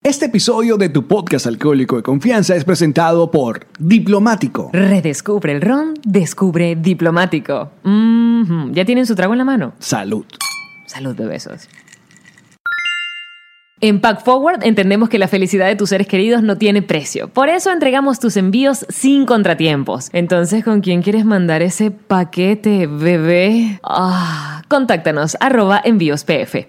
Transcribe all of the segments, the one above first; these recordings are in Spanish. Este episodio de tu podcast alcohólico de confianza es presentado por Diplomático. Redescubre el ron, descubre diplomático. Mhm, Ya tienen su trago en la mano. Salud. Salud de besos. En Pack Forward entendemos que la felicidad de tus seres queridos no tiene precio. Por eso entregamos tus envíos sin contratiempos. Entonces, ¿con quién quieres mandar ese paquete, bebé? Ah, contáctanos arroba envíos pf.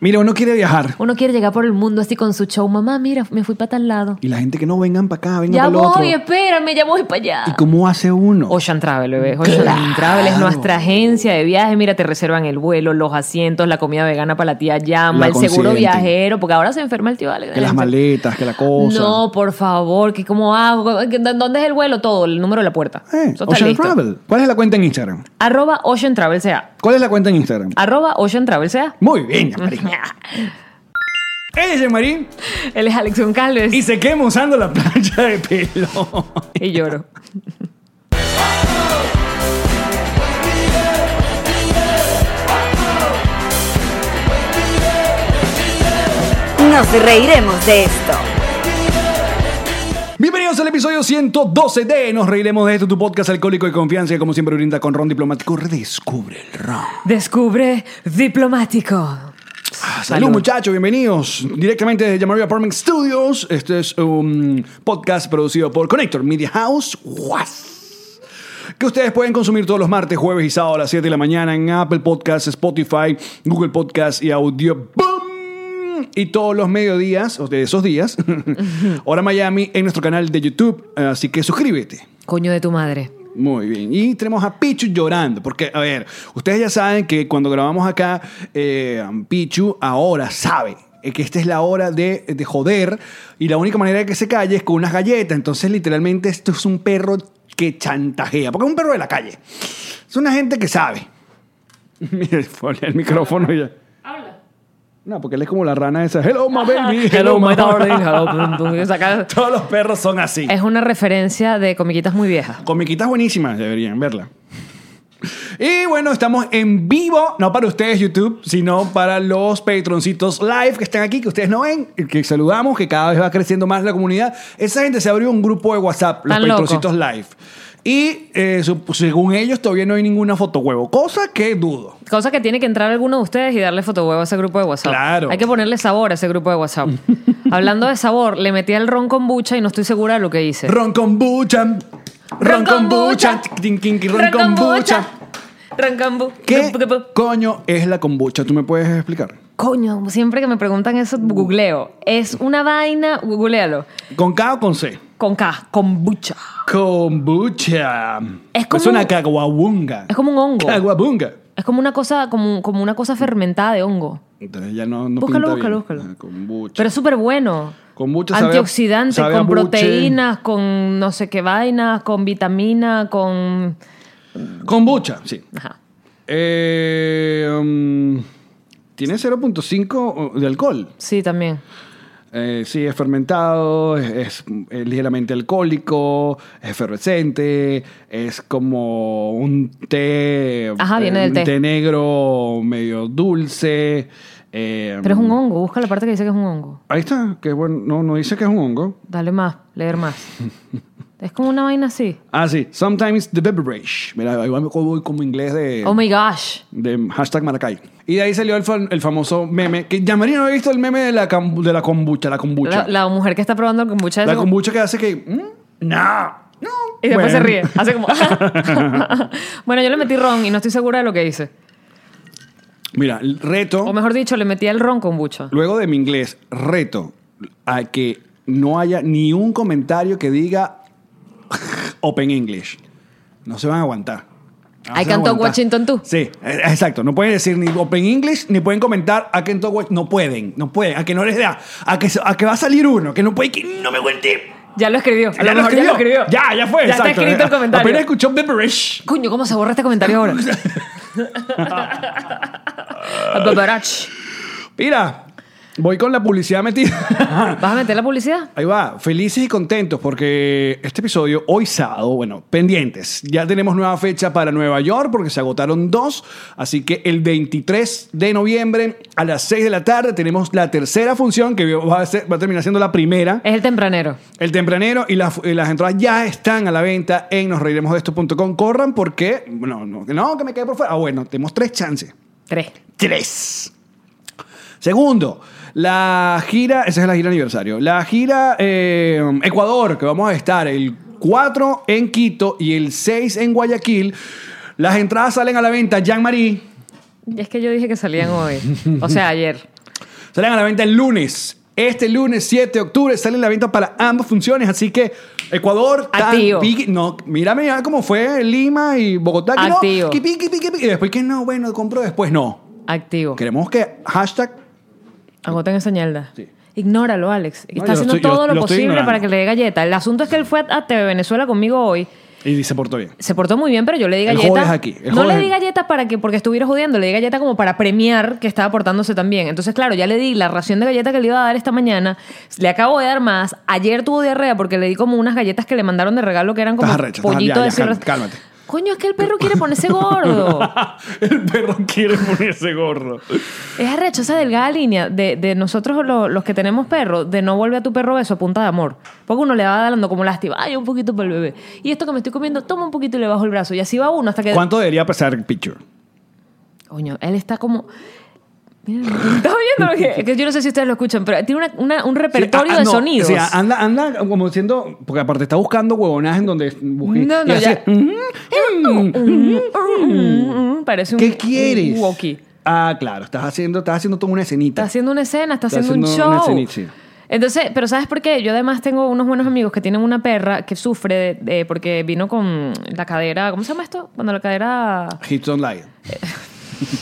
Mira, uno quiere viajar. Uno quiere llegar por el mundo así con su show. Mamá, mira, me fui para tal lado. Y la gente que no vengan para acá, vengan Ya para el voy, eh, otro. espérame, ya voy para allá. ¿Y cómo hace uno? Ocean Travel, bebé. Ocean ¡Claro! Travel es nuestra agencia de viajes. Mira, te reservan el vuelo, los asientos, la comida vegana para la tía La Llama, el seguro consienten. viajero, porque ahora se enferma el tío Alex. que las maletas, que la cosa. Eh, No, por favor, que cómo hago, que- ¿dónde es el vuelo? Todo, el número de la puerta. Eh, Eso está Ocean listo. Travel. ¿Cuál es la cuenta en Instagram? Arroba Ocean Travel sea. ¿Cuál es la cuenta en Instagram? Arroba Ocean Travel sea. Muy bien, Yamarín. Él es Yamarín Él es Alex Goncalves. y se quema usando la plancha de pelo. y lloro. Nos reiremos de esto. Bienvenidos al episodio 112 de Nos Reiremos de esto, tu podcast alcohólico de confianza que como siempre brinda con Ron Diplomático. Redescubre el Ron. Descubre diplomático. Ah, Salud, muchachos, bienvenidos directamente desde Yamaria Apartment Studios. Este es un podcast producido por Connector Media House. Guas. Que ustedes pueden consumir todos los martes, jueves y sábado a las 7 de la mañana en Apple Podcasts, Spotify, Google Podcasts y Audio Boom. Y todos los mediodías, o de esos días, ahora Miami, en nuestro canal de YouTube. Así que suscríbete. Coño de tu madre. Muy bien. Y tenemos a Pichu llorando. Porque, a ver, ustedes ya saben que cuando grabamos acá, eh, Pichu ahora sabe eh, que esta es la hora de, de joder. Y la única manera de que se calle es con unas galletas. Entonces, literalmente, esto es un perro que chantajea. Porque es un perro de la calle. Es una gente que sabe. Mira, fue el micrófono ya. Habla. No, porque él es como la rana esa. Hello, my baby. Hello, my darling. darling. Hello, pum, pum. O sea, acá- Todos los perros son así. Es una referencia de comiquitas muy viejas. Comiquitas buenísimas, deberían verla. Y bueno, estamos en vivo, no para ustedes YouTube, sino para los patroncitos live que están aquí, que ustedes no ven, y que saludamos, que cada vez va creciendo más la comunidad. Esa gente se abrió un grupo de WhatsApp, los Tan loco. patroncitos live. Y eh, su- según ellos todavía no hay ninguna foto huevo, cosa que dudo. Cosa que tiene que entrar alguno de ustedes y darle fotohuevo a ese grupo de WhatsApp. Claro. Hay que ponerle sabor a ese grupo de WhatsApp. Hablando de sabor, le metí al ron con bucha y no estoy segura de lo que hice. Ron con bucha, ron con bucha, tin, tin, tin, ron con bucha. Ron con bu- ¿Qué bu- bu- bu- coño es la kombucha? ¿Tú me puedes explicar? Coño, siempre que me preguntan eso, googleo. Es una vaina, googlealo. ¿Con K o con C? Con K, con bucha. Kombucha. Es como- una caguabunga. Es como un hongo. Caguabunga. Es como una cosa, como, como una cosa fermentada de hongo. Entonces ya no, no Búscalo, pinta bien. búscalo, búscalo. Ah, kombucha. Pero es súper bueno. Kombucha sabe a- Antioxidantes, sabe a con buche. proteínas, con no sé qué vainas, con vitamina, con... Kombucha, sí. Ajá. Eh, um, tiene 0.5 de alcohol. Sí, también. Eh, sí, es fermentado, es, es, eh, ligeramente alcohólico, es efervescente, es como un té. eh, Ajá, viene del un té. té negro medio dulce. eh, Pero es un hongo. Busca la parte que dice que es un hongo. Ahí está, que bueno, no, no dice que es un hongo. Dale más, leer más. es como una vaina así. Ah, sí, sometimes the beverage. Mira, ahí voy como- voy como inglés de, Oh my gosh. de hashtag Maracay. Y de ahí salió el, fan- el famoso meme, que ya María no había visto el meme de la, cam- de la kombucha, la kombucha. La, La, la mujer que está probando el kombucha. es como- kombucha que hace que... mm, No. No. Y después Bueno. se ríe. Hace como. bueno, yo le metí ron y no estoy segura de lo que hice. Mira, el reto. O mejor dicho, le metí el ron con bucha. Luego de mi inglés, reto a que no haya ni un comentario que diga Open English. No se van a aguantar. No I se van a can talk aguantar. Washington too. Sí, eh, exacto. No pueden decir ni Open English, ni pueden comentar a que No pueden, no pueden. A que no les da. A que, se- a que va a salir uno, que no puede, que no me cuente. Ya lo escribió. A Ya lo mejor escribió. Ya, lo escribió. Ya, ya fue. Ya está exacto. escrito el Apenas comentario. escuchó Beverage. Coño, ¿cómo se borra este comentario ahora? Babarach. Mira, voy con la publicidad metida. ¿Vas a meter la publicidad? Ahí va, felices y contentos porque este episodio hoy sábado, bueno, pendientes. Ya tenemos nueva fecha para Nueva York porque se agotaron dos, así que el 23 de noviembre a las 6 de la tarde tenemos la tercera función que va a, ser- va a terminar siendo la primera. Es el tempranero. El tempranero y las, y las entradas ya están a la venta en nosreiremosdeesto.com. Corran porque, bueno, no, no, que me quede por fuera. Ah, bueno, tenemos tres chances. Tres. Tres. Segundo, la gira, esa es la gira aniversario, la gira eh, Ecuador, que vamos a estar el 4 en Quito y el 6 en Guayaquil. Las entradas salen a la venta, Jean-Marie, Y es que yo dije que salían hoy. O sea, ayer. salen a la venta el lunes. Este lunes 7 de octubre salen a la venta para ambas funciones, así que Ecuador, tan Activo. piqui- no, mira, mira cómo fue Lima y Bogotá, que no, Activo. que piqui, piqui, piqui, y después que no, bueno, compro después, no. Activo. Queremos que hashtag Agoten esa ñelda. Sí. Ignóralo, Alex. yo Está lo haciendo estoy- yo todo lo, lo estoy posible ignorando. para que le dé galleta. El asunto es que él fue a TV Venezuela conmigo hoy. y se portó bien. Se portó muy bien, pero yo le di El galletas. joven es aquí, el No joven le es di aquí. galletas para que, porque estuviera jodiendo, le di galletas como para premiar que estaba portándose también. Entonces, claro, ya le di la ración de galleta que le iba a dar esta mañana. Le acabo de dar más. Ayer tuvo diarrea porque le di como unas galletas que le mandaron de regalo que eran como Estás arrecha, estás- pollito ya, de ya, cierre- cálmate, cálmate. Coño, es que el perro quiere ponerse gordo. El perro quiere ponerse gorro. Es arrecho esa delgada línea de, de nosotros lo- los que tenemos perro, de no vuelve a tu perro beso a punta de amor. Porque uno le va dando como lástima, ay, un poquito para el bebé. Y esto que me estoy comiendo, toma un poquito y le bajo el brazo. Y así va uno hasta que... ¿Cuánto debería pesar el picture? Coño, él está como... Mira, ¿Estás viendo lo que, que Yo no sé si ustedes lo escuchan, pero tiene una- una- un repertorio Sí, ah, de no, sonidos. O sea, anda, anda como diciendo, porque aparte está buscando huevonajes en donde busque- No, y no, así, ya. "Mm, mm, Mm, mm, parece un, ¿Qué quieres? un walkie. Ah, claro, estás haciendo, estás haciendo toda una escenita. Está haciendo una escena, está, Está haciendo, haciendo un una show. escenita, sí. Entonces, pero ¿sabes por qué? Yo además tengo unos buenos amigos que tienen una perra que sufre de- de- porque vino con la cadera, ¿cómo se llama esto? Cuando la cadera Hips don't lie.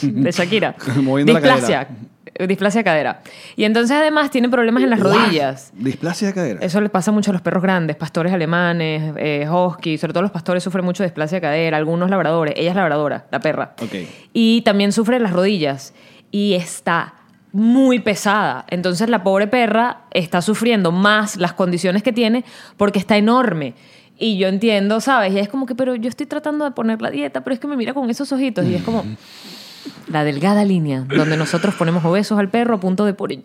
de Shakira. Moviendo la displasia. eh, Displasia de cadera. Y entonces además tienen problemas en las rodillas. Displasia de cadera. Eso les pasa mucho a los perros grandes, pastores alemanes, eh, husky, sobre todo los pastores sufren mucho de displasia de cadera, algunos labradores, ella es labradora, la perra. Ok. Y también sufre las rodillas y está muy pesada. Entonces la pobre perra está sufriendo más las condiciones que tiene porque está enorme. Y yo entiendo, ¿sabes? Y es como que, pero yo estoy tratando de poner la dieta, pero es que me mira con esos ojitos y es como la delgada línea donde nosotros ponemos obesos al perro a punto de por Ay,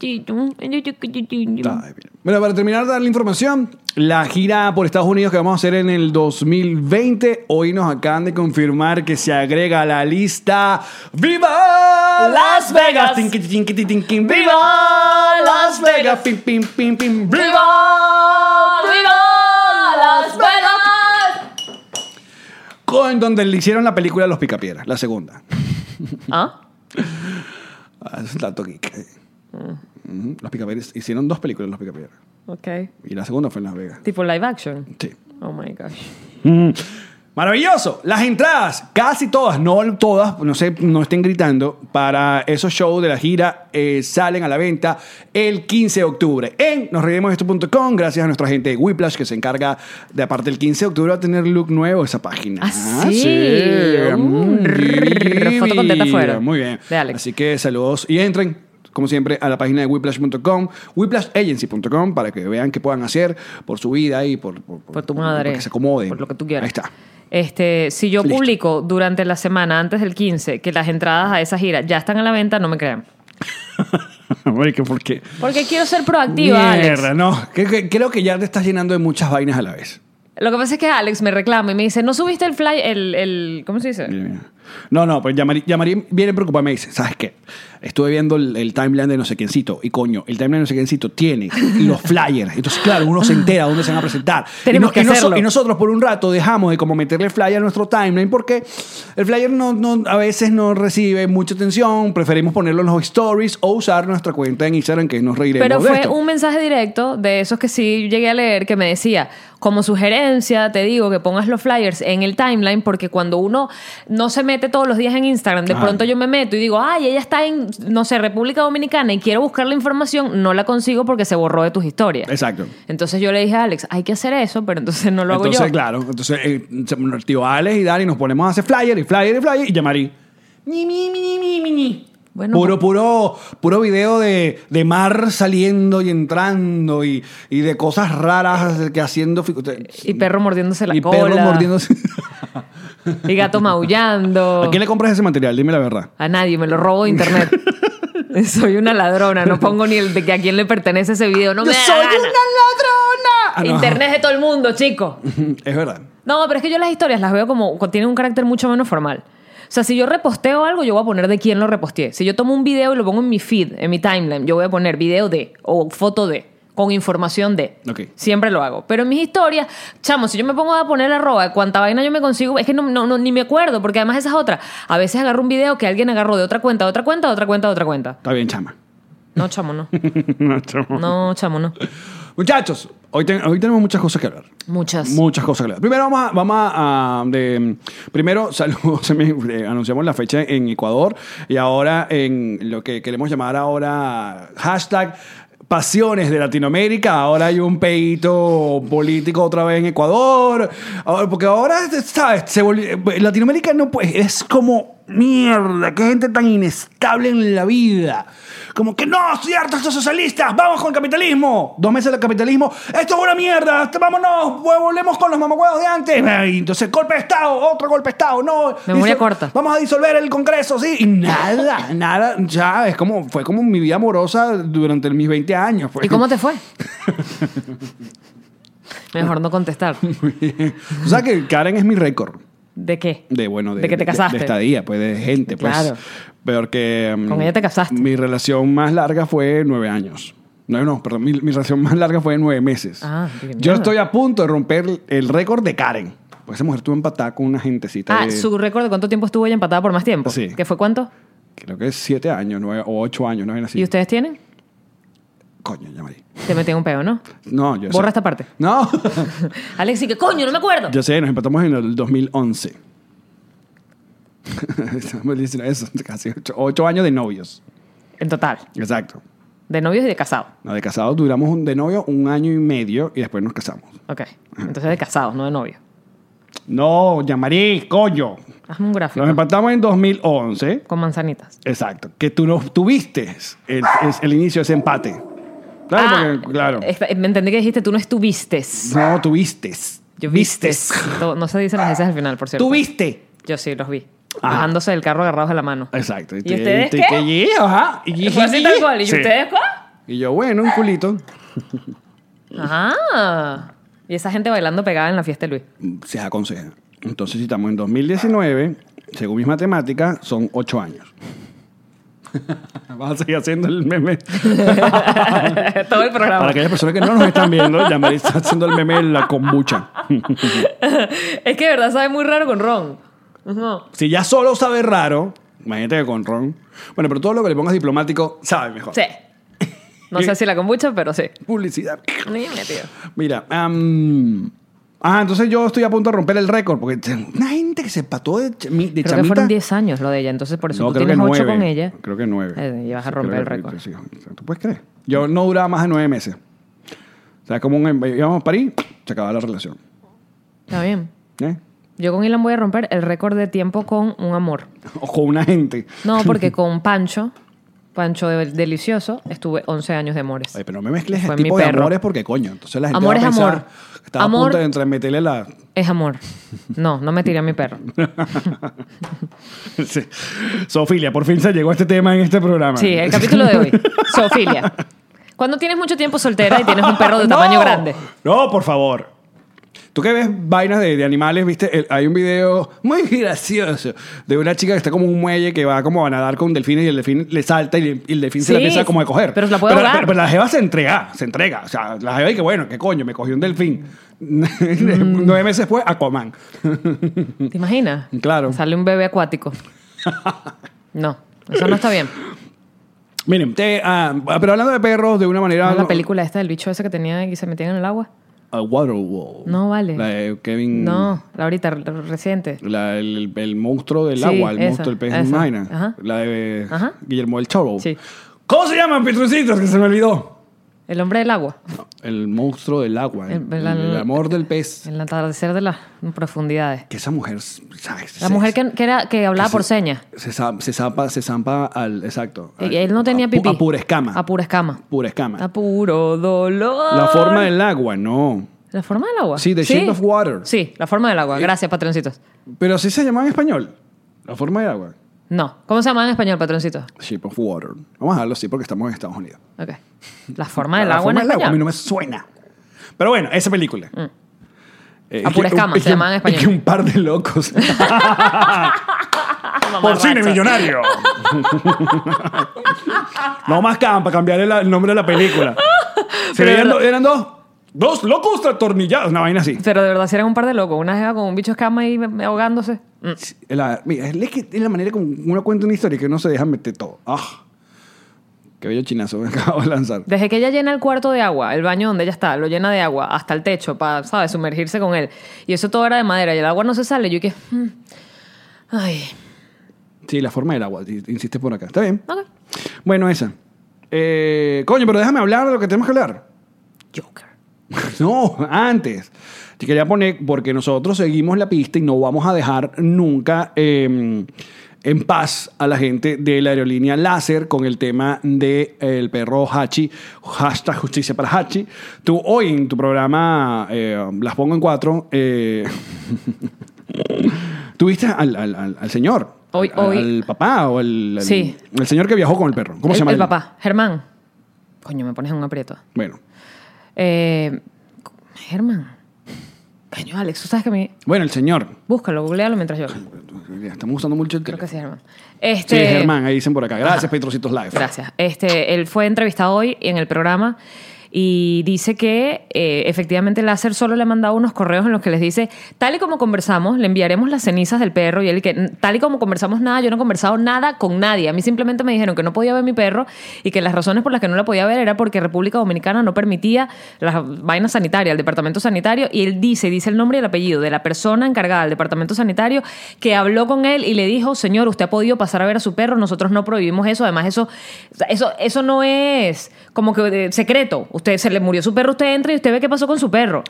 mira. Bueno, para terminar de dar la información, la gira por Estados Unidos que vamos a hacer en el 2020, hoy nos acaban de confirmar que se agrega a la lista ¡Viva Las Vegas! Tinqui, tinqui, tinqui, tinqui. ¡Viva Las Vegas! Pim, pim, pim, pim. ¡Viva! Las Vegas! Con donde le hicieron la película Los Picapiedras, la segunda. ¿Ah? Ah, es un dato geek. Ujú. Los Picapiedras hicieron dos películas Los Picapiedras. Ok. Y la segunda fue en Las Vegas. Tipo live action. Sí. Oh my gosh. Maravilloso. Las entradas, casi todas, no todas, no sé, no estén gritando, para esos shows de la gira eh, salen a la venta el 15 de octubre en nosreiremosesto.com. Gracias a nuestra gente de Whiplash que se encarga de, aparte el 15 de octubre, va a tener look nuevo esa página. Ah, sí. Mm, Uh, rrr, foto con teta divina. afuera. Muy bien. De Alex. Así que saludos y entren. Como siempre, a la página de whiplash.com, whiplashagency.com, para que vean qué puedan hacer por su vida y por, Por tu madre. Para que se acomoden. Por lo que tú quieras. Ahí está. Este, si yo Listo. publico durante la semana antes del 15 que las entradas a esa gira ya están a la venta, no me crean. Marica, ¿por qué? Porque quiero ser proactiva, Alex. Mierda, no. Creo que, creo que ya te estás llenando de muchas vainas a la vez. Lo que pasa es que Alex me reclama y me dice, ¿no subiste el fly, el, el- ¿cómo se dice? Eh, Mira, mira. No, no, pues Yamari, Yamari viene preocupada y me dice, ¿sabes qué? estuve viendo el, el timeline de no sé quiéncito y coño, el timeline de no sé quiéncito tiene los flyers. Entonces, claro, uno se entera dónde se van a presentar. Tenemos y, que y noso- hacerlo. y nosotros por un rato dejamos de como meterle flyer a nuestro timeline porque el flyer no, no- a veces no recibe mucha atención, preferimos ponerlo en los stories o usar nuestra cuenta en Instagram que nos reiremos Pero de fue esto. un mensaje directo de esos que sí llegué a leer que me decía, como sugerencia, te digo que pongas los flyers en el timeline porque cuando uno no se mete todos los días en Instagram, de Ah. pronto yo me meto y digo, ay, ella está en, no sé, República Dominicana y quiero buscar la información, no la consigo porque se borró de tus historias. Exacto. Entonces yo le dije a Alex, hay que hacer eso, pero entonces no lo hago entonces, yo. claro, entonces eh, se- nos tío Alex y Dani nos ponemos a hacer flyer y flyer y flyer y llamarí. Ni, ni, ni, ni, ni, ni, ni. Bueno, pues- puro, puro, puro video de, de mar saliendo y entrando y, y de cosas raras que haciendo. figu- Y perro mordiéndose la y cola. perros mordiéndose. Y gato maullando. ¿A quién le compras ese material? Dime la verdad. A nadie, me lo robo de internet. soy una ladrona, no pongo ni el de que a quién le pertenece ese video, no ¡Yo me da soy gana. una ladrona! Ah, no. Internet de todo el mundo, chico. Es verdad. No, pero es que yo las historias las veo como tienen un carácter mucho menos formal. O sea, si yo reposteo algo, yo voy a poner de quién lo reposteé. Si yo tomo un video y lo pongo en mi feed, en mi timeline, yo voy a poner video de o foto de con información de. Ok. Siempre lo hago. Pero en mis historias, chamo, si yo me pongo a poner arroba de cuánta vaina yo me consigo, es que no, no- no- ni me acuerdo, porque además esa es otra. A veces agarro un video que alguien agarró de otra cuenta, de otra cuenta, de otra cuenta, de otra cuenta. Está bien, chama. No, chamo, no. No, chamo. No, chamo, no. Muchachos, hoy, ten- hoy tenemos muchas cosas que hablar. Muchas. Muchas cosas que hablar. Primero vamos a, vamos a, a, de- primero saludos, se me- eh, anunciamos la fecha en Ecuador y ahora en lo que queremos llamar ahora hashtag pasiones de Latinoamérica. Ahora hay un peito político otra vez en Ecuador, Ahora- porque ahora sabes se volvió- Latinoamérica no puede, es como mierda, qué gente tan inestable en la vida. Como que no, estoy harto de estos socialistas, vamos con el capitalismo. Dos meses del capitalismo, esto es una mierda, este- vámonos, hue- volvemos con los mamacuevos de antes. Y entonces, golpe de Estado, otro golpe de Estado, no. Memoria dice, corta. Vamos a disolver el Congreso, sí. Y nada, nada, ya, es como, fue como mi vida amorosa durante mis 20 años. pues. ¿Y cómo te fue? Mejor no contestar. O sea que Karen es mi récord. ¿De qué? De, bueno, de, De que te casaste. De, estadía, pues, de gente, pues. Claro. Peor que... mm, Con ella te casaste. Mi relación más larga fue nueve años. No, no, perdón. Mi, mi relación más larga fue nueve meses. Ah, qué Yo mierda. estoy a punto de romper el récord de Karen. Porque esa mujer estuvo empatada con una gentecita Ah, de... su récord de cuánto tiempo estuvo ella empatada por más tiempo. Sí. ¿Qué fue cuánto? Creo que es siete años nueve, o ocho años, no es así. ¿Y ustedes tienen? Coño, ya María. Te metí un peo, ¿no? No, yo Borra sé. esta parte. No, Alex, sí que coño, no me acuerdo. yo sé, nos empatamos en el 2011. Estamos diciendo eso, casi ocho- ocho años de novios. En total, Exacto. de novios y de casado. No, de casados duramos un- de novio un año y medio y después nos casamos. Ok. Entonces de casados, no de novio. No, llamarí, coño. Hazme un gráfico. Nos empatamos en 2011. Con manzanitas. Exacto. Que tú no tuviste el, es- el inicio de ese empate. Claro, Ah, porque, claro. esta- Me entendí que dijiste, tú no estuviste. No, tuviste. Yo vistes. Todo- No se dicen las veces al final, por cierto. Tuviste. Yo sí, los vi. Ah. Bajándose del carro agarrados de la mano. Exacto. ¿Y ustedes qué? y- ajá. Y, Fue así tal cual. ¿Y Sí. ustedes cuál? Y yo, bueno, un culito. Ah. Y esa gente bailando pegada en la fiesta de Luis. Se aconseja. Entonces, si estamos en 2019, según mis matemáticas, son ocho años. Vas a seguir haciendo el meme. Todo el programa. Para aquellas personas que no nos están viendo, ya me está haciendo el meme de la kombucha. es que de verdad sabe muy raro con ron. No. Si ya solo sabe raro, imagínate que con ron. Bueno, pero todo lo que le pongas diplomático sabe mejor. Sí. No sé si la kombucha, pero sí. Publicidad. Dime, tío. Mira, am, ah, entonces yo estoy a punto de romper el récord porque te- una gente que se empató de, ch- mi- de Creo chamita. que fueron 10 años lo de ella, entonces por eso tú tienes 8 nueve. con ella. Creo que nueve. Eh, y vas a Sí, romper creo el que- récord. sí, sí. ¿Tú puedes creer? Yo no duraba más de nueve meses. O sea, como un, em, íbamos a París, se acababa la relación. Está bien. ¿Eh? Yo con Ilan voy a romper el récord de tiempo con un amor. O con una gente. No, porque con Pancho, Pancho de- Delicioso, estuve 11 años de amores. Ay, pero no me mezcles Fue el mi tipo de perro. amores porque coño. Entonces la gente Amor va a es pensar amor. que Estaba a Amor- punto de entre- meterle la. Es amor. No, no me tiré a mi perro. Sí. Sofilia, por fin se llegó a este tema en este programa. Sí, el capítulo de hoy. Zoofilia. Cuando tienes mucho tiempo soltera y tienes un perro de tamaño No, grande. No, por favor. Tú que ves vainas de, de animales, viste, El- hay un video muy gracioso de una chica que está como en un muelle que va como a nadar con delfines y el delfín le salta y, le- y el delfín se la Sí, empieza como a coger. pero la puede pero, ahogar. pero- pero la jeva se entrega, se entrega. O sea, la jeva y que bueno, qué coño, me cogió un delfín. Nueve meses después, Aquaman. ¿Te imaginas? Claro. Sale un bebé acuático. No, eso no está bien. Miren, te- ah, pero hablando de perros, de una manera... la película esta del bicho ese que tenía y se metía en el agua. A Waterworld. No, vale. La de Kevin... No, la ahorita re- reciente. La- el, el monstruo del Sí, agua, el esa, monstruo del pez esa. en vaina. Ajá. La de Ajá. Guillermo del Toro. Sí. ¿Cómo se llaman, Petrucitos? Que se me olvidó. El hombre del agua. El monstruo del agua. El, El- el- el amor del pez. El atardecer de las profundidades. Que esa mujer, ¿sabes? La mujer que, que era, que hablaba por señas. Se, za- se zampa, se zampa al. Exacto. Y él no tenía A pu- pipí. A pura escama. A pura escama. pura escama. A puro dolor. La forma del agua, no. ¿La forma del agua? Sí, the shape of water. Sí, la forma del agua. Gracias, patroncitos. Pero así se llamaba en español. La forma del agua. No. ¿Cómo se llama en español, patroncitos? Shape of water. Vamos a dejarlo así porque estamos en Estados Unidos. Ok. Ah, La forma del La agua forma en del agua, a mí español. Mm. no me suena. Pero bueno, esa película. Eh, A es pura que- escama, es se que- llamaba en Es que español. un par de locos. Ah, Por cine millonario. no más cama para cambiar el, el nombre de la película. Se Pero veían era- do- eran dos. Dos locos atornillados. Una vaina así. Pero de verdad, si eran un par de locos. Una jeva con un bicho escama ahí ahogándose. Mm. La, mira, es que es la manera como uno cuenta una historia que no se deja meter todo. ¡Ah! Qué bello chinazo me acabo de lanzar. Desde que ella llena el cuarto de agua, el baño donde ella está, lo llena de agua hasta el techo para, ¿sabes?, sumergirse con él. Y eso todo era de madera y el agua no se sale. Yo y que. mm. Ay. Sí, la forma del agua. Insiste por acá. Está bien. Ok. Bueno, esa. Eh, coño, pero déjame hablar de lo que tenemos que hablar. Joker. No, antes. Te quería poner, porque nosotros seguimos la pista y no vamos a dejar nunca eh, en paz a la gente de la aerolínea Láser con el tema del perro Hachi, hashtag justicia para Hachi. Tú hoy en tu programa, eh, las pongo en cuatro, eh, tuviste al, al- al- al señor. Hoy- al, hoy- al papá o al, al- Sí. el señor que viajó con el perro. ¿Cómo el, se llama? El él? papá, Germán. Coño, me pones en un aprieto. Bueno. Eh, Germán. Coño, Alex, tú sabes que me. Bueno, el señor. Búscalo, googlealo mientras yo. Estamos usando mucho el Creo teléfono. que sí, Germán. Sí, Este, Germán, ahí dicen por acá. Gracias, Ajá. Petrocitos Live. Gracias. Este, él fue entrevistado hoy en el programa y dice que eh, efectivamente Láser solo le ha mandado unos correos en los que les dice, tal y como conversamos, le enviaremos las cenizas del perro y él que, "N- tal y como conversamos nada, yo no he conversado nada con nadie. A mí simplemente me dijeron que no podía ver mi perro y que las razones por las que no la podía ver era porque República Dominicana no permitía las vainas sanitarias, el departamento sanitario, y él dice, dice el nombre y el apellido de la persona encargada del departamento sanitario que habló con él y le dijo, señor, usted ha podido pasar a ver a su perro, nosotros no prohibimos eso, además eso, eso, eso no es como que de- secreto, usted se le murió su perro, usted entra y usted ve qué pasó con su perro.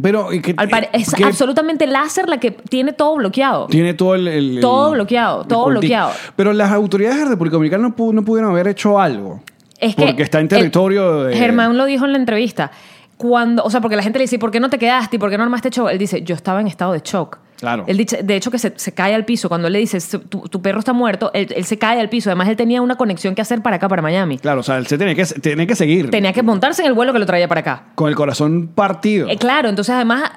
Pero ¿y qué- Al pare- es qué- absolutamente láser la que tiene todo bloqueado. tiene todo el, el- el- Todo bloqueado, todo el- bloqueado. Pero las autoridades de República Dominicana no, pu- no pudieron haber hecho algo. Es que porque está en el- territorio de. Germán lo dijo en la entrevista. Cuando, o sea, porque la gente le dice, ¿y por qué no te quedaste? ¿Y por qué no armaste show? Él dice, yo estaba en estado de shock. Claro. Él dice, de hecho, que se, se cae al piso. Cuando él le dice, "Su- tu, tu perro está muerto, él, él se cae al piso. Además, él tenía una conexión que hacer para acá, para Miami. Claro, o sea, él se tiene que, tiene que seguir Tenía que montarse en el vuelo que lo traía para acá. con el corazón partido. Eh, claro, entonces además,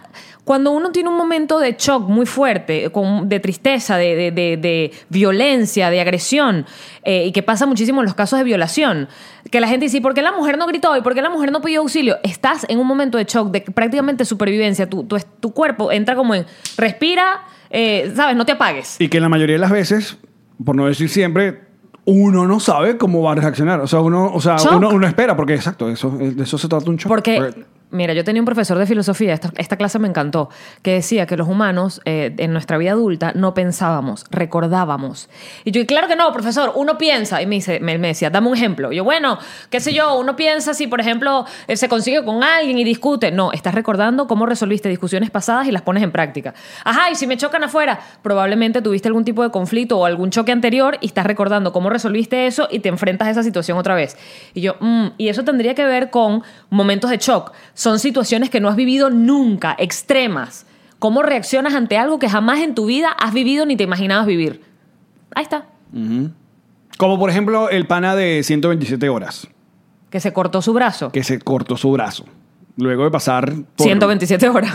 cuando uno tiene un momento de shock muy fuerte, con- de tristeza, de, de- de- de violencia, de agresión, eh, y que pasa muchísimo en los casos de violación, que la gente dice, "¿Y ¿por qué la mujer no gritó? ¿Y por qué la mujer no pidió auxilio? Estás en un momento de shock, de prácticamente supervivencia, tu, tu, tu cuerpo entra como en, respira, eh, ¿sabes? No te apagues. Y que la mayoría de las veces, por no decir siempre, uno no sabe cómo va a reaccionar. O sea, uno, o sea, Shock. uno, uno espera, porque exacto, eso, de eso se trata un shock. Pues, Porque, Pero- mira, yo tenía un profesor de filosofía, esta, esta clase me encantó, que decía que los humanos eh, en nuestra vida adulta no pensábamos, recordábamos. Y yo, y claro que no, profesor, uno piensa, y me, dice, me, me decía, dame un ejemplo. Y yo, bueno, qué sé yo, uno piensa si, por ejemplo, eh, se consigue con alguien y discute. No, estás recordando cómo resolviste discusiones pasadas y las pones en práctica. Ajá, y si me chocan afuera, probablemente tuviste algún tipo de conflicto o algún choque anterior y estás recordando cómo resolviste eso y te enfrentas a esa situación otra vez. Y yo, mm, y eso tendría que ver con momentos de shock. Son situaciones que no has vivido nunca, extremas. ¿Cómo reaccionas ante algo que jamás en tu vida has vivido ni te imaginabas vivir? Ahí está. Como por ejemplo el pana de 127 horas, Que se cortó su brazo. que se cortó su brazo. Luego de pasar por- 127 horas.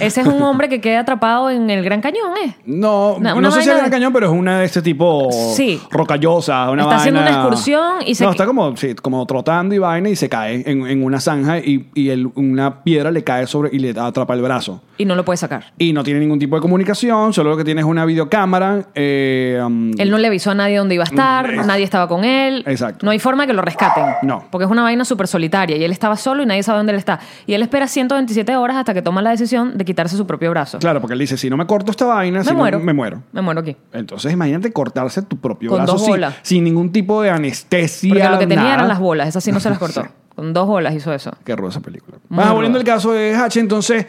Ese es un hombre que queda atrapado en el Gran Cañón, ¿eh? No, Una- no una sé si vaina es gran de- cañón, pero es una de este tipo Sí. rocallosa, una Está haciendo vaina- una excursión y se- No, está como, sí, como trotando y vaina y se cae en, en una zanja y, y el- una piedra le cae sobre y le atrapa el brazo. Y no lo puede sacar. Y no tiene ningún tipo de comunicación, solo lo que tiene es una videocámara. eh, um, Él no le avisó a nadie dónde iba a estar, Mm, es- nadie estaba con él. Exacto. No hay forma de que lo rescaten. No. Porque es una vaina súper solitaria y él estaba solo y nadie sabe dónde él está. Y él espera 127 horas hasta que toma la decisión de quitarse su propio brazo. Claro, porque él dice, si no me corto esta vaina, si me no, muero. me muero. Me muero aquí. Entonces imagínate cortarse tu propio Con brazo dos sin- bolas. Sin, ningún tipo de anestesia. Porque lo que tenía nada. eran las bolas, esas sí no se las cortó. Sí. Con dos bolas hizo eso. Qué ruda esa película. Muy Ah, ruda. volviendo al caso de H, entonces.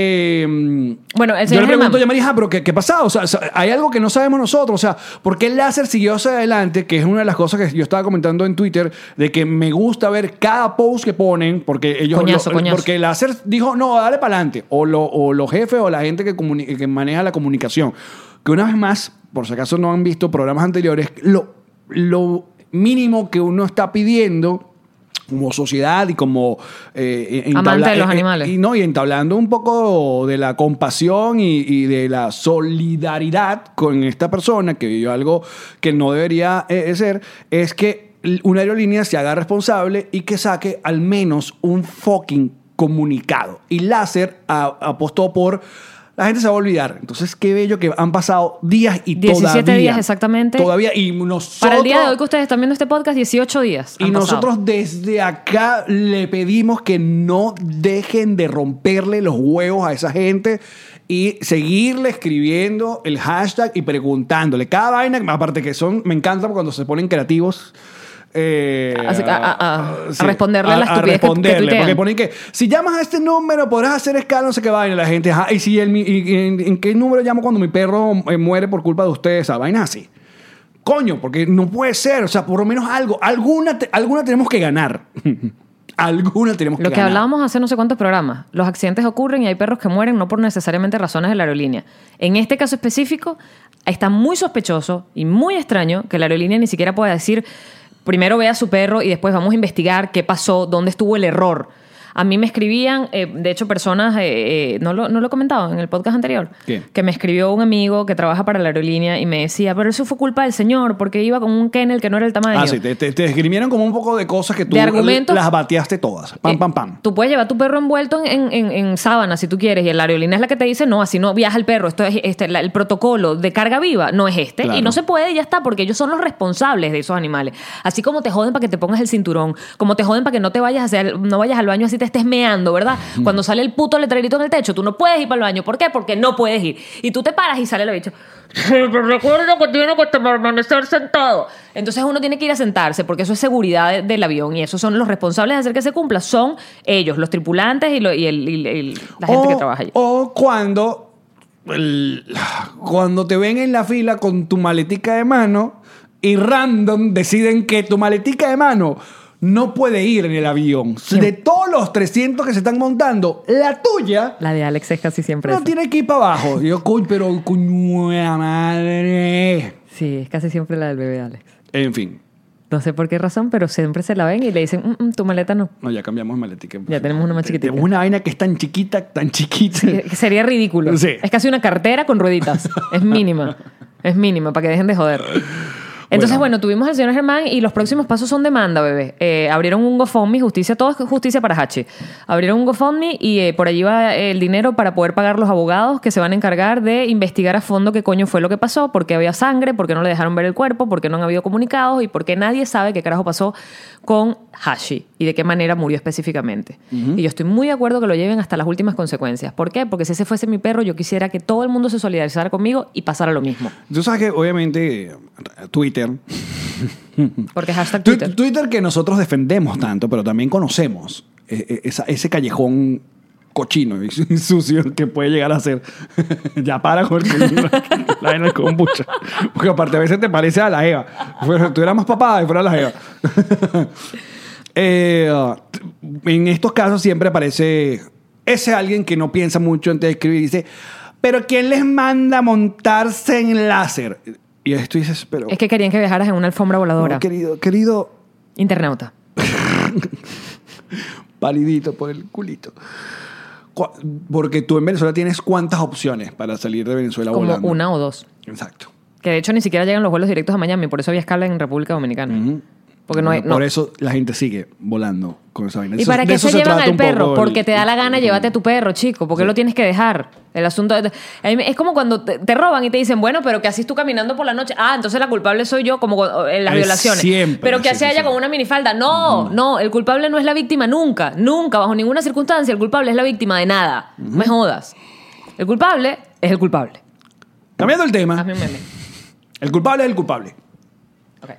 eh, Bueno, el yo señor le pregunto Germán. a María, "Ah, pero ¿qué, qué pasaba? O sea, sa- hay algo que no sabemos nosotros. O sea, ¿por qué el láser siguió hacia adelante? Que es una de las cosas que yo estaba comentando en Twitter, de que me gusta ver cada post que ponen, porque ellos. Coñazo, coñazo. Porque el láser dijo, no, dale para adelante. O, lo- o los jefes o la gente que, comuni- que maneja la comunicación. Que una vez más, por si acaso no han visto programas anteriores, lo, lo mínimo que uno está pidiendo como sociedad y como eh, en- Amante entabla- de los eh, eh, animales. Y no, y entablando un poco de la compasión y, y de la solidaridad con esta persona que vivió algo que no debería eh, ser, es que l- una aerolínea se haga responsable y que saque al menos un fucking comunicado. Y Láser a- apostó por... La gente se va a olvidar. Entonces, qué bello que han pasado días y 17 todavía... días exactamente. Todavía. Y nosotros... Para el día de hoy que ustedes están viendo este podcast, 18 días. Y han pasado. nosotros desde acá le pedimos que no dejen de romperle los huevos a esa gente y seguirle escribiendo el hashtag y preguntándole. Cada vaina, aparte que son, me encanta cuando se ponen creativos. eh, Así que, a- a- a responderle a la estupidez que- que responderle, tuitean. porque ponen que si llamas a este número podrás hacer escala, no sé qué vaina. La gente, ajá, y si el, mi- y- y- en, en qué número llamo cuando mi perro eh, muere por culpa de ustedes, esa vaina así. Coño, porque no puede ser. O sea, por lo menos algo. Alguna, te- alguna tenemos que ganar. alguna tenemos que Lo que ganar. hablábamos hace no sé cuántos programas, los accidentes ocurren y hay perros que mueren no por necesariamente razones de la aerolínea. En este caso específico, está muy sospechoso y muy extraño que la aerolínea ni siquiera pueda decir, primero vea a su perro y después vamos a investigar qué pasó, dónde estuvo el error. A mí me escribían, eh, de hecho, personas, eh, eh, no, lo, no lo he comentado en el podcast anterior, ¿Qué? que me escribió un amigo que trabaja para la aerolínea y me decía, pero eso fue culpa del señor porque iba con un kennel que no era el tamaño. Ah, sí, te, te, te esgrimieron como un poco de cosas que tú De argumentos. las bateaste todas. Pam, Eh, pam, pam. Tú puedes llevar tu perro envuelto en, en, en- en sábana si tú quieres y la aerolínea es la que te dice, no, así no viaja el perro. Esto es este, la- el protocolo de carga viva, no es este. Claro. Y no se puede y ya está, porque ellos son los responsables de esos animales. Así como te joden para que te pongas el cinturón, como te joden para que no te vayas a hacer, no vayas al baño así te estés meando, ¿verdad? Cuando sale el puto letrerito en el techo, tú no puedes ir para el baño. ¿Por qué? Porque no puedes ir. Y tú te paras y sale el bicho. Pero recuerdo que tiene que permanecer sentado. Entonces uno tiene que ir a sentarse porque eso es seguridad de- del avión y esos son los responsables de hacer que se cumpla. Son ellos, los tripulantes y, lo- y el- y el- y el- la gente o, que trabaja allí. O cuando, el- cuando te ven en la fila con tu maletica de mano y random deciden que tu maletica de mano no puede ir en el avión. De todos los 300 que se están montando, la tuya La de Alex es casi siempre no esa. tiene que ir para abajo. Y yo, coño, pero coño, de la madre. Sí, es casi siempre la del bebé de Alex. En fin, No sé por qué razón, pero siempre se la ven y le dicen, "Mm, mm, tu maleta no. no, ya cambiamos de maletica. Ya tenemos una más chiquitita. Tenemos una vaina que es tan chiquita, tan chiquita. Que- que Eh, Sería ridículo. Sí. Es casi una cartera con rueditas. Es mínima. Es mínima, para que dejen de joder. Entonces, bueno, tuvimos al señor Germán y los próximos pasos son demanda, bebé. Eh, abrieron un GoFundMe, justicia, todo es justicia para Hachi. Abrieron un GoFundMe y eh, por allí va el dinero para poder pagar los abogados que se van a encargar de investigar a fondo qué coño fue lo que pasó, por qué había sangre, por qué no le dejaron ver el cuerpo, por qué no han habido comunicados y por qué nadie sabe qué carajo pasó con Hashi y de qué manera murió específicamente. Y yo estoy muy de acuerdo que lo lleven hasta las últimas consecuencias. ¿Por qué? Porque si ese fuese mi perro, yo quisiera que todo el mundo se solidarizara conmigo y pasara lo mismo. Tú sabes que, obviamente, Twitter. Porque hashtag Tu- Twitter. que nosotros defendemos tanto, pero también conocemos eh, eh, esa- ese callejón cochino y su- y sucio que puede llegar a ser. ya para con el coño, la vaina con mucha. Porque aparte a veces te parece a la Eva. Pero tú eras más papá y fuera la Eva. Eh, en estos casos siempre aparece ese alguien que no piensa mucho antes de escribir y dice, pero ¿quién les manda a montarse en láser? Y esto dices, pero... Es que querían que viajaras en una alfombra voladora. no, querido, querido, Internauta. palidito por el culito. cua- porque tú en Venezuela tienes cuántas opciones para salir de Venezuela Como volando. una o dos. Exacto. Que de hecho ni siquiera llegan los vuelos directos a Miami, por eso había escala en República Dominicana. Porque no hay. Por no. eso la gente sigue volando con esa vaina. ¿Y Eso- para de qué eso se, llevan trata al un poco perro? el- Porque te da la gana, llévate a tu perro, chico. porque lo tienes que dejar? El asunto. de- a mí me- Es como cuando te, te roban y te dicen, bueno, pero que así tú caminando por la noche. Ah, entonces la culpable soy yo, como con- en las Es violaciones. siempre, pero que sí, así sí, haya sí. con una minifalda. No, no, el culpable no es la víctima nunca, nunca, bajo ninguna circunstancia. El culpable es la víctima de nada. No me jodas. El culpable es el culpable. Cambiando el tema, Hazme un meme. el culpable es el culpable. Ok.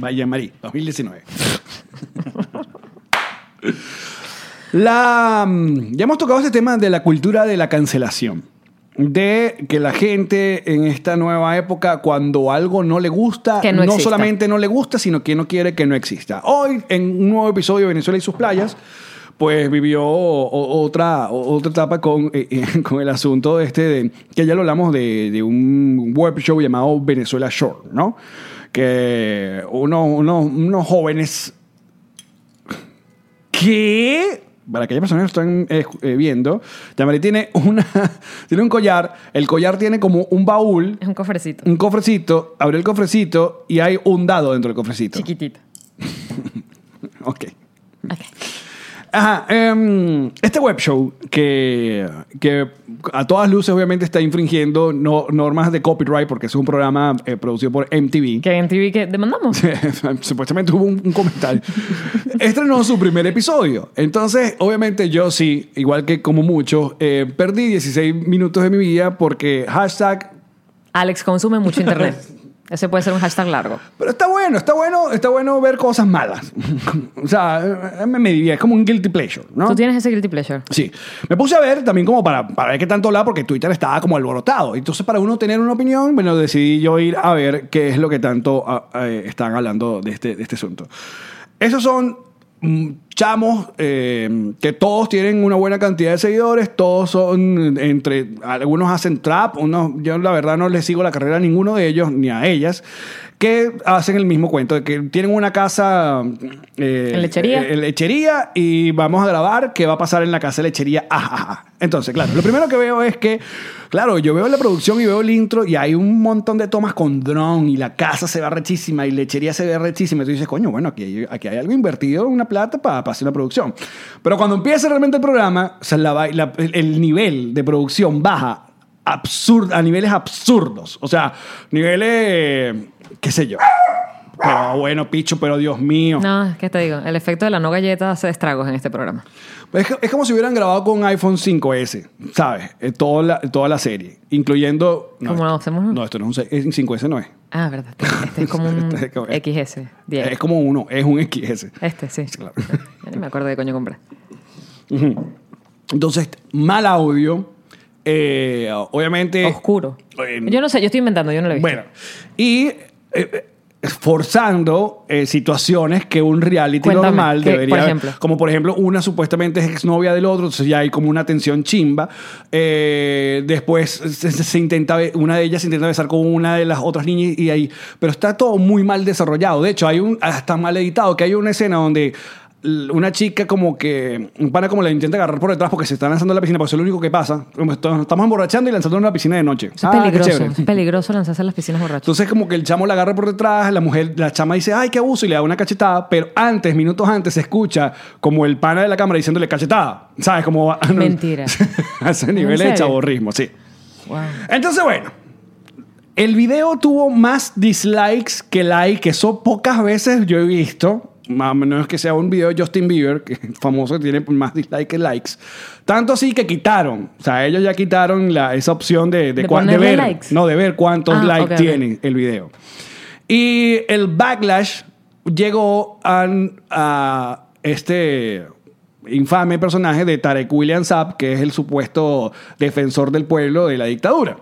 Vaya Marí, 2019. La, mm, ya hemos tocado este tema de la cultura de la cancelación. De que la gente en esta nueva época, cuando algo no le gusta, Que no exista. solamente no le gusta, sino que no quiere que no exista. Hoy, en un nuevo episodio de Venezuela y sus playas, pues vivió o- o- otra, o- otra etapa con, eh, eh, con el asunto este de, que ya lo hablamos de, de un web show llamado Venezuela Shore, ¿no? Que uno- uno- unos jóvenes ¿Qué? Para aquellas personas que lo están eh, eh, viendo, Yamari tiene, una, tiene un collar. El collar tiene como un baúl, Es un cofrecito. un cofrecito. Abrió el cofrecito y hay un dado dentro del cofrecito. Chiquitito. Ok. Ok. Ajá, em, este web show que, que a todas luces obviamente está infringiendo no- normas de copyright porque es un programa eh, producido por MTV. Que en TV que demandamos. supuestamente hubo un, un comentario. Estrenó su primer episodio. Entonces, obviamente, yo sí, igual que como muchos, eh, perdí 16 minutos de mi vida porque hashtag. Alex consume mucho internet. Ese puede ser un hashtag largo. Pero está bueno, está bueno, está bueno ver cosas malas. o sea, eh, me, me diría, es como un guilty pleasure, ¿no? Tú tienes ese guilty pleasure. Sí. Me puse a ver también como para, para ver qué tanto hablaba porque Twitter estaba como alborotado. Entonces, para uno tener una opinión, bueno, decidí yo ir a ver qué es lo que tanto ah, eh, están hablando de este, de este asunto. Esos son mm, chamos eh, que todos tienen una buena cantidad de seguidores, todos son entre, algunos hacen trap, unos, yo la verdad no les sigo la carrera a ninguno de ellos ni a ellas, que hacen el mismo cuento, de que tienen una casa... eh, En lechería. eh, lechería y vamos a grabar qué va a pasar en la casa de lechería. Ajá, ajá. Entonces, claro, lo primero que veo es que, claro, yo veo la producción y veo el intro y hay un montón de tomas con dron y la casa se ve rechísima y lechería se ve rechísima. Y tú dices, coño, bueno, aquí, hay- aquí hay algo invertido, una plata para hacer una producción. Pero cuando empieza realmente el programa, o sea, la vai- la- el- el nivel de producción baja absurd, a niveles absurdos. O sea, niveles, qué sé yo. Pero bueno, picho, pero Dios mío. No, ¿qué te digo? El efecto de la no galleta hace estragos en este programa. Es, que- es como si hubieran grabado con iPhone 5S, ¿sabes? Eh, toda, la, toda la serie, incluyendo... No, ¿Cómo esto- lo hacemos, no? No, esto no es un 6, es- 5S, no es. Ah, verdad. Este, este es como un Este es como- XS. 10. Es como uno, es un XS. Este, sí. Claro. Ya ni me acuerdo de coño compré. Entonces, mal audio, eh, obviamente... Oscuro. Eh, Yo no sé, yo estoy inventando, yo no lo he visto. Bueno, y eh, eh, forzando eh, situaciones que un reality Cuéntame, normal ¿qué, debería por haber. ejemplo? Como por ejemplo, una supuestamente es exnovia del otro, entonces ya hay como una tensión chimba. Eh, después se, se- se intenta, be- una de ellas se intenta besar con una de las otras niñas y ahí. Pero está todo muy mal desarrollado. De hecho, hay un, hasta mal editado, que hay una escena donde l- una chica como que un pana como la intenta agarrar por detrás porque se están lanzando a la piscina porque eso es lo único que pasa Como esto- nos estamos emborrachando y lanzándonos a la piscina de noche Eso es Ah, qué peligroso. chévere. Es peligroso lanzarse a las piscinas borrachos. Entonces como que el chamo la agarra por detrás, la mujer, la chama dice, ay, qué abuso, y le da una cachetada, pero antes, minutos antes, se escucha como el pana de la cámara diciéndole cachetada. ¿Sabes? Como... Mentira. a ese nivel de serio? chaborrismo, sí. Wow. Entonces, bueno, el video tuvo más dislikes que like, que eso pocas veces yo he visto. A menos que sea un video de Justin Bieber, que es famoso, que tiene más dislikes que likes. Tanto así que quitaron. O sea, ellos ya quitaron la, esa opción de, de, ¿De cuán- de ponerle ver. likes? No, de ver cuántos Ah, likes ok, ok. tiene el video. Y el backlash llegó a, a este infame personaje de Tarek William Saab, que es el supuesto defensor del pueblo de la dictadura.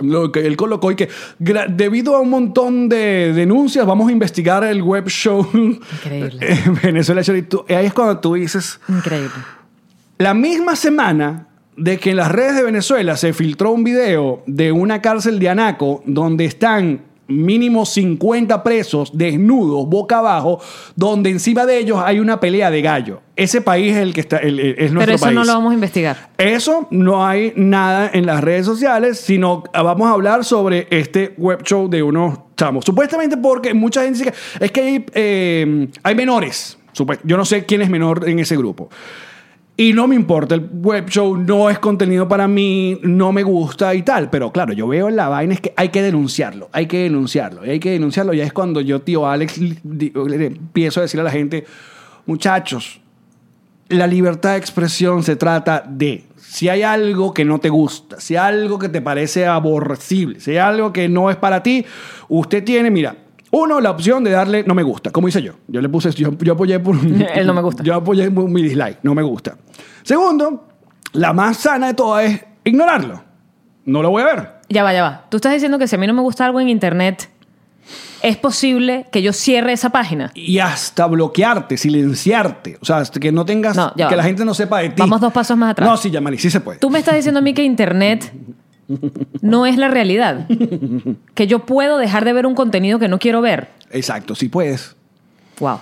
Lo que él colocó y que gra- debido a un montón de denuncias vamos a investigar el web show Increíble. en Venezuela. Y tú- ahí es cuando tú dices, Increíble. la misma semana de que en las redes de Venezuela se filtró un video de una cárcel de Anaco donde están mínimo 50 presos desnudos, boca abajo, donde encima de ellos hay una pelea de gallo. Ese país es el que está, el- el- es nuestro Pero eso país. no lo vamos a investigar. Eso no hay nada en las redes sociales, sino ah, vamos a hablar sobre este web show de unos chamos. Supuestamente porque mucha gente dice que es que hay, eh, hay menores. Supuest- Yo no sé quién es menor en ese grupo. Y no me importa, el web show no es contenido para mí, no me gusta y tal. Pero claro, yo veo la vaina es que hay que denunciarlo, hay que denunciarlo, y hay que denunciarlo. Ya es cuando yo, tío Alex, li- di- le empiezo a decir a la gente, muchachos, la libertad de expresión se trata de si hay algo que no te gusta, si hay algo que te parece aborrecible, si hay algo que no es para ti, usted tiene, mira, uno, la opción de darle no me gusta, como hice yo. Yo le puse, yo, yo apoyé por... El no me gusta. Yo apoyé por mi dislike, no me gusta. Segundo, la más sana de todas es ignorarlo. No lo voy a ver. Ya va, ya va. Tú estás diciendo que si a mí no me gusta algo en internet, es posible que yo cierre esa página. Y hasta bloquearte, silenciarte. O sea, hasta que no tengas... No, ya que va. la gente no sepa de ti. Vamos dos pasos más atrás. No, sí, Yamani, sí se puede. Tú me estás diciendo a mí que internet no es la realidad. Que yo puedo dejar de ver un contenido que no quiero ver. Exacto, sí puedes. Wow.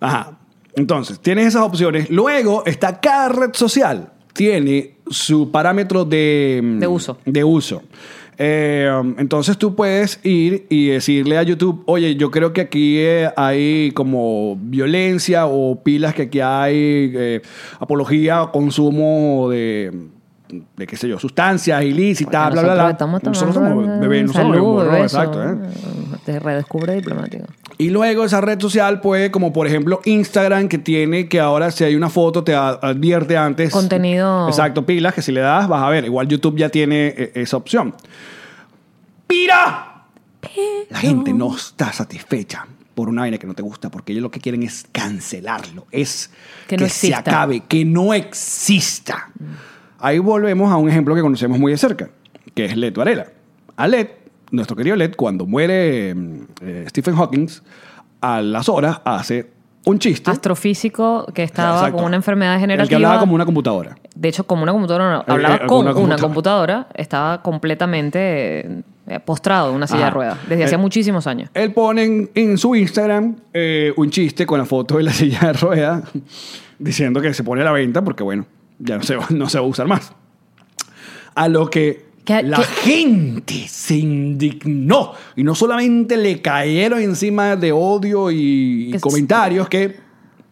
Ajá. Entonces, tienes esas opciones. Luego está cada red social. Tiene su parámetro de, mm, De uso. De uso. Eh, entonces tú puedes ir y decirle a YouTube, oye, yo creo que aquí eh, hay como violencia o pilas que aquí hay eh, apología o consumo de, de qué sé yo, sustancias ilícitas, Porque bla, bla, bla. nosotros nosotros estamos tomando somos bebés, nosotros salud, somos bebé, bebés, exacto. eso, ¿eh? eh, Te redescubre diplomático. Y luego esa red social puede, como por ejemplo Instagram, que tiene que ahora si hay una foto te a- advierte antes. Contenido. Exacto, pilas, que si le das vas a ver. Igual YouTube ya tiene eh, esa opción. ¡Pira! La gente no está satisfecha por una vaina que no te gusta, porque ellos lo que quieren es cancelarlo, es Que no se exista. acabe, que no exista. Ahí volvemos a un ejemplo que conocemos muy de cerca, que es Led Varela. A Led, nuestro querido Led, cuando muere mm, eh, Stephen Hawking, a las horas hace un chiste. Astrofísico que estaba Exacto. con una enfermedad El que generativa. hablaba como una computadora. De hecho, como una computadora, no, Eh, hablaba eh, con una una computadora. computadora. estaba completamente eh, postrado en una silla Ajá. de ruedas desde hacía Eh, muchísimos años. Él pone en, en su Instagram eh, un chiste con la foto de la silla de ruedas diciendo que se pone a la venta porque, bueno, ya no se va, no se va a usar más. A lo que ¿Qué- la qué? gente se indignó y no solamente le cayeron encima de odio y, Que- comentarios que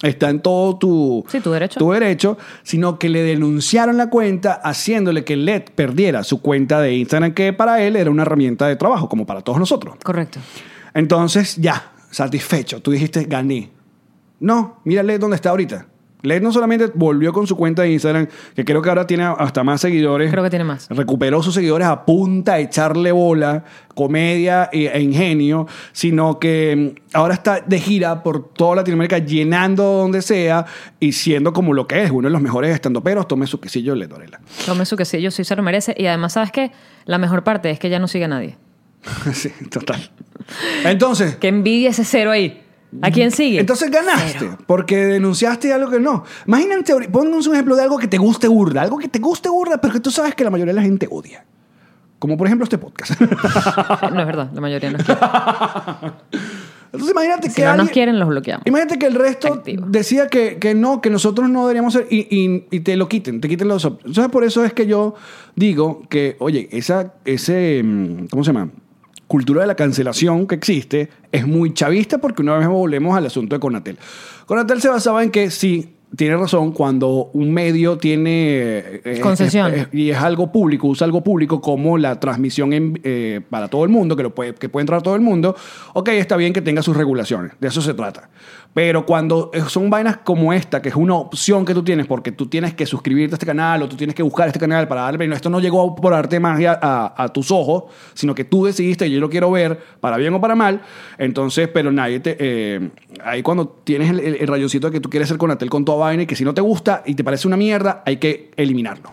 está en todo tu, Sí, tu derecho. tu derecho, sino que le denunciaron la cuenta haciéndole que Led perdiera su cuenta de Instagram que para él era una herramienta de trabajo como para todos nosotros. Correcto. Entonces, ya, satisfecho. Tú dijiste, gané. No, mira Led dónde está ahorita. Led no solamente volvió con su cuenta de Instagram, que creo que ahora tiene hasta más seguidores. Creo que tiene más. Recuperó sus seguidores a punta de echarle bola, comedia e, e ingenio, sino que mm, ahora está de gira por toda Latinoamérica, llenando donde sea y siendo como lo que es, uno de los mejores estandoperos. Tome su quesillo, Led Varela. Tome su quesillo, sí se lo merece. Y además, ¿sabes qué? La mejor parte es que ya no sigue a nadie. sí, total. Entonces, Que envidia ese cero ahí. ¿A quién sigue? Mm. Entonces ganaste, porque denunciaste algo que no. Imagínate, ahorita- pónganos un ejemplo de algo que te guste burda, algo que te guste burda, pero que tú sabes que la mayoría de la gente odia. Como por ejemplo este podcast. Eh, No es verdad, la mayoría no quiere. Entonces imagínate Si que no nos alguien- quieren, los bloqueamos. Imagínate que el resto Activo. decía que, que no, que nosotros no deberíamos ser y, y- y te lo quiten, te quiten los... op- Entonces por eso es que yo digo que, oye, esa, ese, mm, ¿cómo se llama? Cultura de la cancelación que existe es muy chavista porque una vez más volvemos al asunto de Conatel. Conatel se basaba en que sí, tiene razón, cuando un medio tiene... eh, Concesión. es- es- y es algo público, usa algo público como la transmisión en- eh, para todo el mundo, que, lo puede, que puede entrar todo el mundo, ok, está bien que tenga sus regulaciones, de eso se trata. Pero cuando eh, son vainas como esta, que es una opción que tú tienes, porque tú tienes que suscribirte a este canal o tú tienes que buscar este canal para darle, no, esto no llegó por arte de magia a, a tus ojos, sino que tú decidiste, yo lo quiero ver, para bien o para mal, entonces, pero nadie te... eh, ahí cuando tienes el, el, el rayoncito de que tú quieres hacer con Atel con toda vaina y que si no te gusta y te parece una mierda, hay que eliminarlo.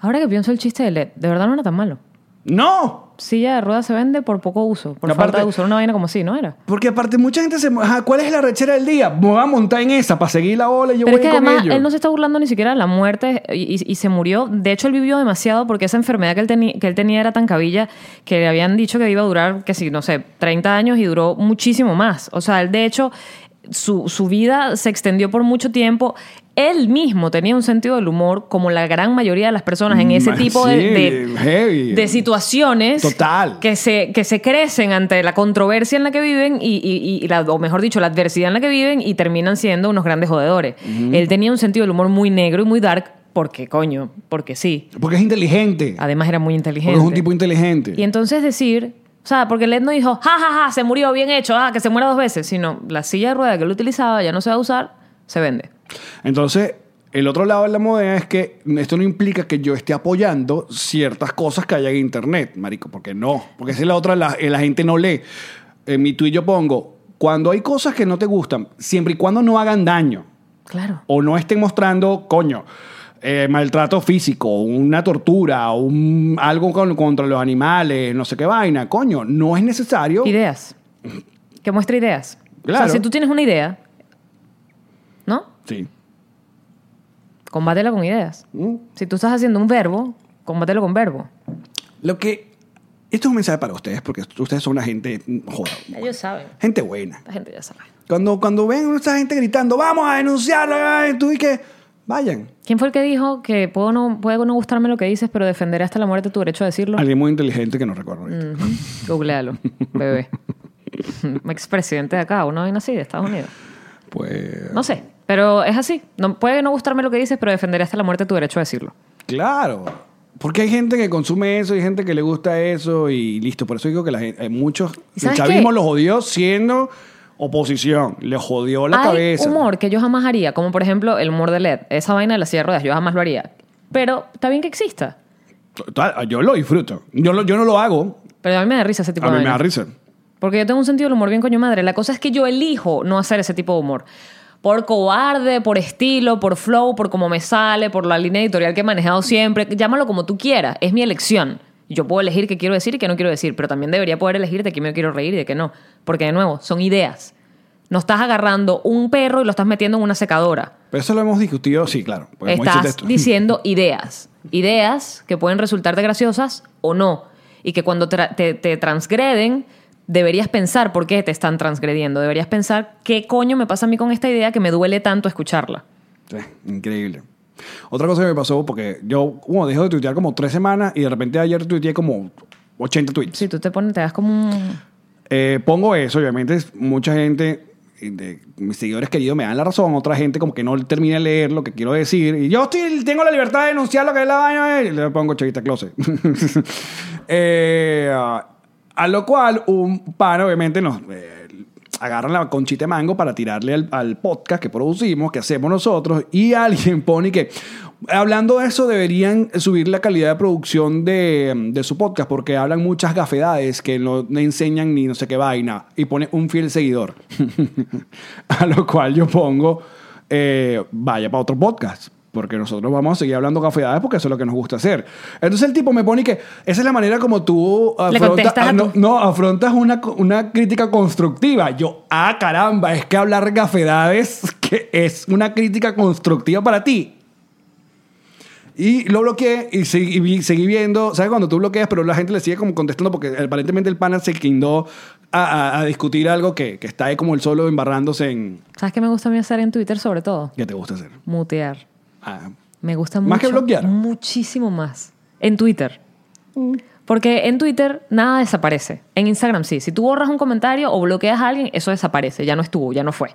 Ahora que pienso el chiste de Led, de verdad no era tan malo. No, Silla de ruedas se vende por poco uso, por Aparte- falta de uso. Era una vaina como si, ¿no era? porque aparte mucha gente se... mu- Ajá, ¿Cuál es la rechera del día? Me voy a montar en esa para seguir la ola y yo Pero es voy que con además ellos. él no se está burlando ni siquiera de la muerte y, y- y se murió. De hecho, él vivió demasiado porque esa enfermedad que él, teni- que él tenía era tan cabilla que le habían dicho que iba a durar, que si, no sé, 30 años y duró muchísimo más. O sea, él de hecho, su, su vida se extendió por mucho tiempo. Él mismo tenía un sentido del humor como la gran mayoría de las personas en ese Mm, tipo de- sí, de, heavy. de situaciones Total. Que, se, que se crecen ante la controversia en la que viven y, y- y la- o mejor dicho, la adversidad en la que viven y terminan siendo unos grandes jodedores. Él tenía un sentido del humor muy negro y muy dark porque, coño, porque sí. Porque es inteligente. Además era muy inteligente. Porque es un tipo inteligente. Y entonces decir, o sea, porque Led no dijo, ja, ja, ja, se murió, bien hecho, ah, que se muera dos veces, sino la silla de rueda que él utilizaba ya no se va a usar, se vende. Entonces, el otro lado de la moneda es que esto no implica que yo esté apoyando ciertas cosas que hay en Internet, marico, porque no. Porque esa es la otra, la, eh, la gente no lee. En mi tweet yo pongo, cuando hay cosas que no te gustan, siempre y cuando no hagan daño Claro. o no estén mostrando, coño, eh, maltrato físico, una tortura, un, algo con- contra los animales, no sé qué vaina, coño, no es necesario. Ideas. Que muestre ideas. O Claro. sea, si tú tienes una idea, ¿no? Sí. combátela con ideas. Mm. Si tú estás haciendo un verbo, combátelo con verbo. Lo que... Esto es un mensaje para ustedes, porque ustedes son una gente... mm, Joda, Ellos saben. gente buena. La gente ya sabe. Cuando, cuando ven a esa gente gritando, vamos a denunciarlo, ay, tú y que vayan. ¿Quién fue el que dijo que puedo no, puede no gustarme lo que dices, pero defenderé hasta la muerte tu derecho a decirlo? Alguien muy inteligente que no recuerdo. ahorita. Ujú. Googlealo, bebé. Expresidente de acá, una vaina así, de Estados Unidos. Pues. No sé, pero es así. No, puede no gustarme lo que dices, pero defenderé hasta la muerte tu derecho a decirlo. Claro. Porque hay gente que consume eso, hay gente que le gusta eso y listo. Por eso digo que la gente, hay muchos. ¿Y El sabes chavismo qué? los odió siendo oposición. Le jodió la Hay cabeza. humor que yo jamás haría, como por ejemplo el humor de LED, esa vaina de las silla de ruedas, yo jamás lo haría. Pero está bien que exista. Total, Yo lo disfruto. Yo, lo- yo no lo hago. Pero a mí me da risa ese tipo A de mí me da vainas. risa. Porque yo tengo un sentido del humor bien coño madre. La cosa es que yo elijo no hacer ese tipo de humor. Por cobarde, por estilo, por flow, por cómo me sale, por la línea editorial que he manejado siempre. Llámalo como tú quieras. Es mi elección. Yo puedo elegir qué quiero decir y qué no quiero decir, pero también debería poder elegir de qué me quiero reír y de qué no. Porque, de nuevo, son ideas. No estás agarrando un perro y lo estás metiendo en una secadora. Pero eso lo hemos discutido, sí, claro. porque hemos hecho Estás esto. diciendo ideas. Ideas que pueden resultarte graciosas o no. Y que cuando tra- te, te transgreden, deberías pensar por qué te están transgrediendo. Deberías pensar qué coño me pasa a mí con esta idea que me duele tanto escucharla. Sí, increíble. Otra cosa que me pasó, porque yo bueno, dejo de tuitear como tres semanas y de repente ayer tuiteé como 80 tweets. Si tú te pones, te das como un. Eh, pongo eso, obviamente es- mucha gente, eh, de- mis seguidores queridos me dan la razón, otra gente como que no termina de leer lo que quiero decir y yo estoy, tengo la libertad de denunciar lo que es la vaina eh, y le pongo chavita closet. Eh, a lo cual un pan obviamente nos... eh, agarran la conchita de mango para tirarle al, al podcast que producimos, que hacemos nosotros, y alguien pone que, hablando de eso, deberían subir la calidad de producción de, de su podcast, porque hablan muchas gafedades que no, no enseñan ni no sé qué vaina, y pone un fiel seguidor. a lo cual yo pongo, eh, vaya para otro podcast. Porque nosotros vamos a seguir hablando gafedades porque eso es lo que nos gusta hacer. Entonces el tipo me pone que esa es la manera como tú afrontas- contestas a ah, no- tu- no, afrontas una, una crítica constructiva. Yo, ah, caramba, es que hablar gafedades que es una crítica constructiva para ti. Y lo bloqueé y seguí, y vi- seguí viendo. ¿Sabes cuando tú bloqueas, pero la gente le sigue como contestando? Porque aparentemente el pana se quindó a, a- a discutir algo que, que está ahí como el solo embarrándose en. ¿Sabes qué me gusta a mí hacer en Twitter, sobre todo? ¿Qué te gusta hacer? Mutear. Ah, Me gusta mucho. ¿Más que bloquear? Muchísimo más. En Twitter. Porque en Twitter nada desaparece. En Instagram sí. Si tú borras un comentario o bloqueas a alguien, eso desaparece. Ya no estuvo, ya no fue.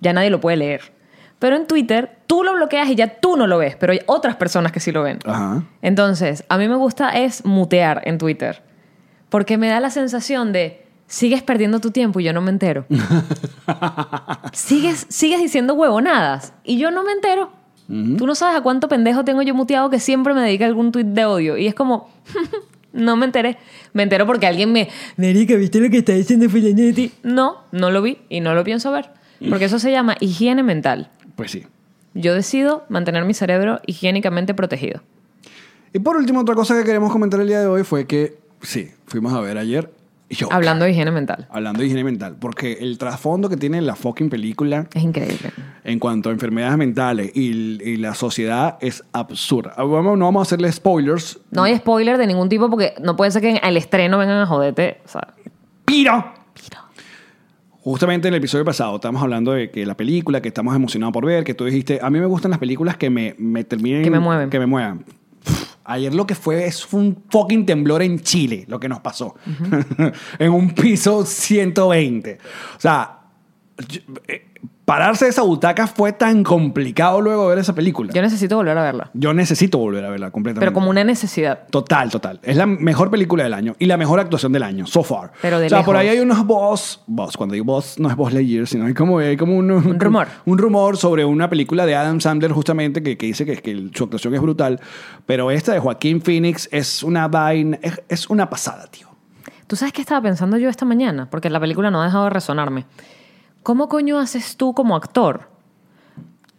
Ya nadie lo puede leer. Pero en Twitter tú lo bloqueas y ya tú no lo ves, pero hay otras personas que sí lo ven. Ajá. Entonces, a mí me gusta es mutear en Twitter. Porque me da la sensación de sigues perdiendo tu tiempo y yo no me entero. sigues, sigues diciendo huevonadas y yo no me entero. Tú no sabes a cuánto pendejo tengo yo muteado que siempre me dedica algún tuit de odio. Y es como, no me enteré. Me entero porque alguien me... Nerica, ¿viste lo que está diciendo fulano de ti? No, no lo vi y no lo pienso ver. Porque eso se llama higiene mental. pues sí. Yo decido mantener mi cerebro higiénicamente protegido. Y por último, otra cosa que queremos comentar el día de hoy fue que Sí, fuimos a ver ayer. Joker. Hablando de higiene mental. Hablando de higiene mental, porque el trasfondo que tiene la fucking película Es increíble. en cuanto a enfermedades mentales y, y la sociedad es absurda. Ah, vamos- no vamos a hacerle spoilers, No hay spoiler de ningún tipo porque no puede ser que en- al estreno vengan a joderte. O sea, Piro. Justamente en el episodio pasado estábamos hablando de que la película que estamos emocionados por ver, que tú dijiste, a mí me gustan las películas que me, me terminen. Que me mueven. Que me muevan. Pff, Ayer lo que fue es fue un fucking temblor en Chile, lo que nos pasó. en un piso 120. O sea, yo- eh, pararse de esa butaca fue tan complicado luego de ver esa película. yo necesito volver a verla. Yo necesito volver a verla completamente. Pero como una necesidad. Total, total. Es la mejor película del año y la mejor actuación del año, so far. Pero de o sea, por ahí lejos. hay unos boss, boss, cuando digo boss, no es boss Lightyear, sino hay como, hay como un, Un rumor. Un rumor sobre una película de Adam Sandler justamente que, que dice que, que el- su actuación es brutal, pero esta de Joaquín Phoenix es una vaina, es, es una pasada, tío. ¿Tú sabes qué estaba pensando yo esta mañana? Porque la película no ha dejado de resonarme. ¿Cómo coño haces tú como actor?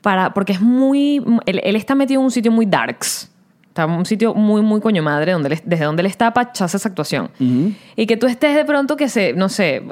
Para, porque es muy... Él, él está metido en un sitio muy darks. Está en un sitio muy, muy coño madre, donde él- desde donde él está pachaza esa actuación. Y que tú estés de pronto que se, no sé,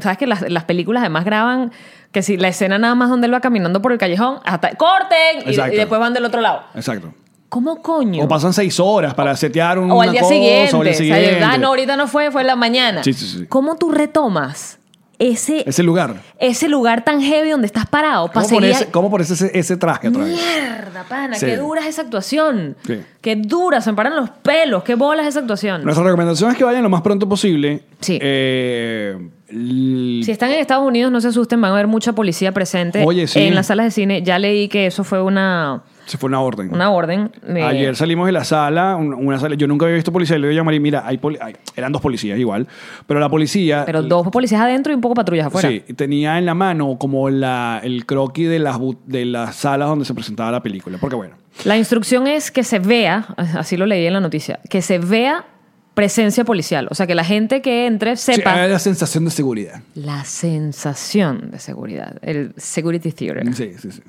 sabes que las, las películas además graban que si la escena nada más donde él va caminando por el callejón, hasta corten y- y, Exacto. después van del otro lado. Exacto. ¿Cómo coño? O pasan seis horas para setear un O al día siguiente. o al día o sea, siguiente. ah, no, ahorita no fue, fue en la mañana. Sí, sí, sí. ¿Cómo tú retomas ese, Ese lugar. ese lugar tan heavy donde estás parado? para ¿Cómo ponerse, seguir a- cómo ponerse ese, ese traje otra vez? Mierda, pana, Sí. qué dura es esa actuación. Sí. Qué dura, se me paran los pelos, qué bola es esa actuación. Nuestra recomendación es que vayan lo más pronto posible. Sí. Eh, l- Si están en Estados Unidos, no se asusten, van a haber mucha policía presente Oye, sí. en las salas de cine. Ya leí que eso fue una, Se fue una orden. una orden. eh, Ayer salimos de la sala, un- una sala, yo nunca había visto policía, le digo a María, mira, hay poli- ay, eran dos policías igual, pero la policía... Pero dos policías adentro y un poco patrullas afuera. Sí, tenía en la mano como la, el croquis de las, bu- de las salas donde se presentaba la película, porque bueno, La instrucción es que se vea, así lo leí en la noticia, que se vea presencia policial. O sea, que la gente que entre sí, eh, sepa era la sensación de seguridad. la sensación de seguridad. El security theater. Sí, sí, sí.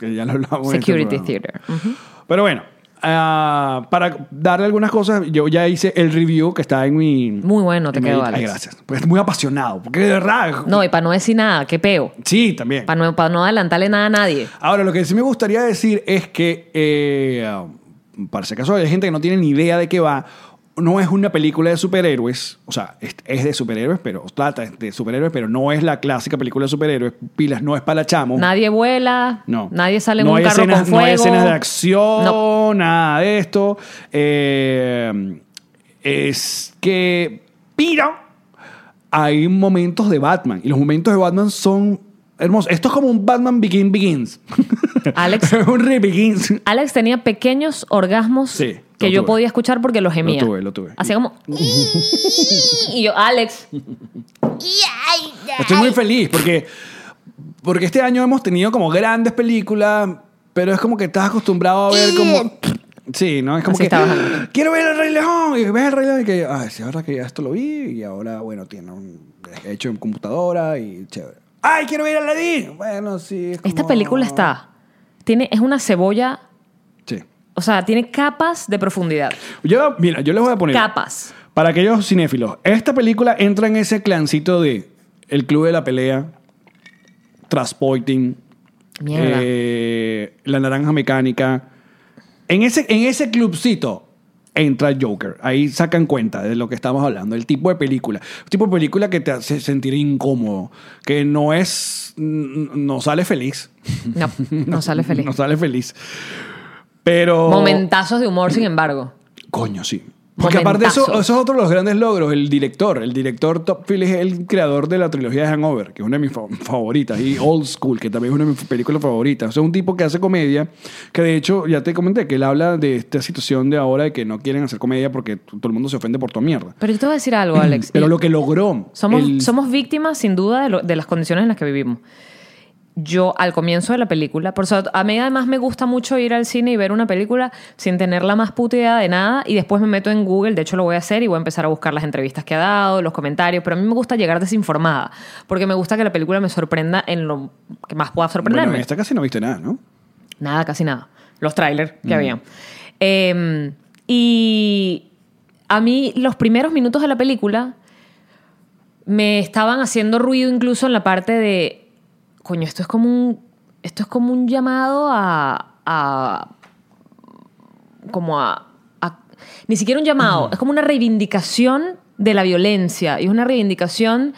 Que ya lo hablamos. en este Security programa. theater. Ujú. Pero bueno, ah, para darle algunas cosas, yo ya hice el review que está en mi... Muy bueno, te en mi- quedó, Ay, Alex. gracias. Pues es muy apasionado, porque de verdad... No, y para no decir nada, qué peo. Sí, también. Para no, pa' no adelantarle nada a nadie. Ahora, lo que sí me gustaría decir es que, eh, para si acaso hay gente que no tiene ni idea de qué va, no es una película de superhéroes, o sea, es, es de superhéroes, pero trata de superhéroes, pero no es la clásica película de superhéroes. Pilas no es para chamo. Nadie vuela, No. nadie sale en No un hay carro escenas, con fuego. No hay escenas de acción, No. nada de esto. Eh, es que, pero hay momentos de Batman y los momentos de Batman son hermosos. Esto es como un Batman Begin Begins. Alex. Es un re Begins. Alex tenía pequeños orgasmos Sí, lo que yo tuve. podía escuchar porque los gemía. Lo tuve, lo tuve. Hacía como... y yo, Alex, Estoy muy feliz porque, porque este año hemos tenido como grandes películas, pero es como que estás acostumbrado a ver como... Sí, ¿no? Es como Así que... estaba Jaime. Quiero ver el Rey León. Y ves el Rey León y que... Ay, sí, ahora que ya esto lo vi y ahora, bueno, tiene un... Hecho en computadora y chévere. Ay, quiero ver a Aladdin. Bueno, sí. es esta como- película está... Tiene, es una cebolla, Sí. o sea, tiene capas de profundidad. Yo, mira, yo les voy a poner... Capas. Para aquellos cinéfilos, esta película entra en ese clancito de El Club de la Pelea, Transporting, Mierda. eh, La Naranja Mecánica. En ese, en ese clubcito entra Joker. Ahí sacan cuenta de lo que estamos hablando. El tipo de película. El tipo de película que te hace sentir incómodo, que no es... n- no sale feliz. No, no sale feliz. No sale feliz. Pero... Momentazos de humor, sin embargo. Coño, sí. Porque aparte eso, eso Momentazos. es otro de los grandes logros, el director. El director Top Phil es el creador de la trilogía de Hangover, que es una de mis fa- favoritas, y Old School, que también es una de mis películas favoritas. O sea, un tipo que hace comedia, que de hecho, ya te comenté, que él habla de esta situación de ahora de que no quieren hacer comedia porque t- todo el mundo se ofende por tu mierda. Pero yo te voy a decir algo, Alex. Eh, Pero Y- lo que logró... Somos, el- somos víctimas, sin duda, de, lo- de las condiciones en las que vivimos. Yo, al comienzo de la película, por eso a mí además me gusta mucho ir al cine y ver una película sin tener la más puta idea de nada y después me meto en Google, de hecho lo voy a hacer y voy a empezar a buscar las entrevistas que ha dado, los comentarios, pero a mí me gusta llegar desinformada porque me gusta que la película me sorprenda en lo que más pueda sorprenderme. Bueno, en este esta casi no viste nada, ¿no? Nada, casi nada. Los trailers que habían. Eh, Em, y a mí los primeros minutos de la película me estaban haciendo ruido incluso en la parte de, coño, esto es como un, esto es como un llamado a, a- como a, a- ni siquiera un llamado, es como una reivindicación de la violencia y es una reivindicación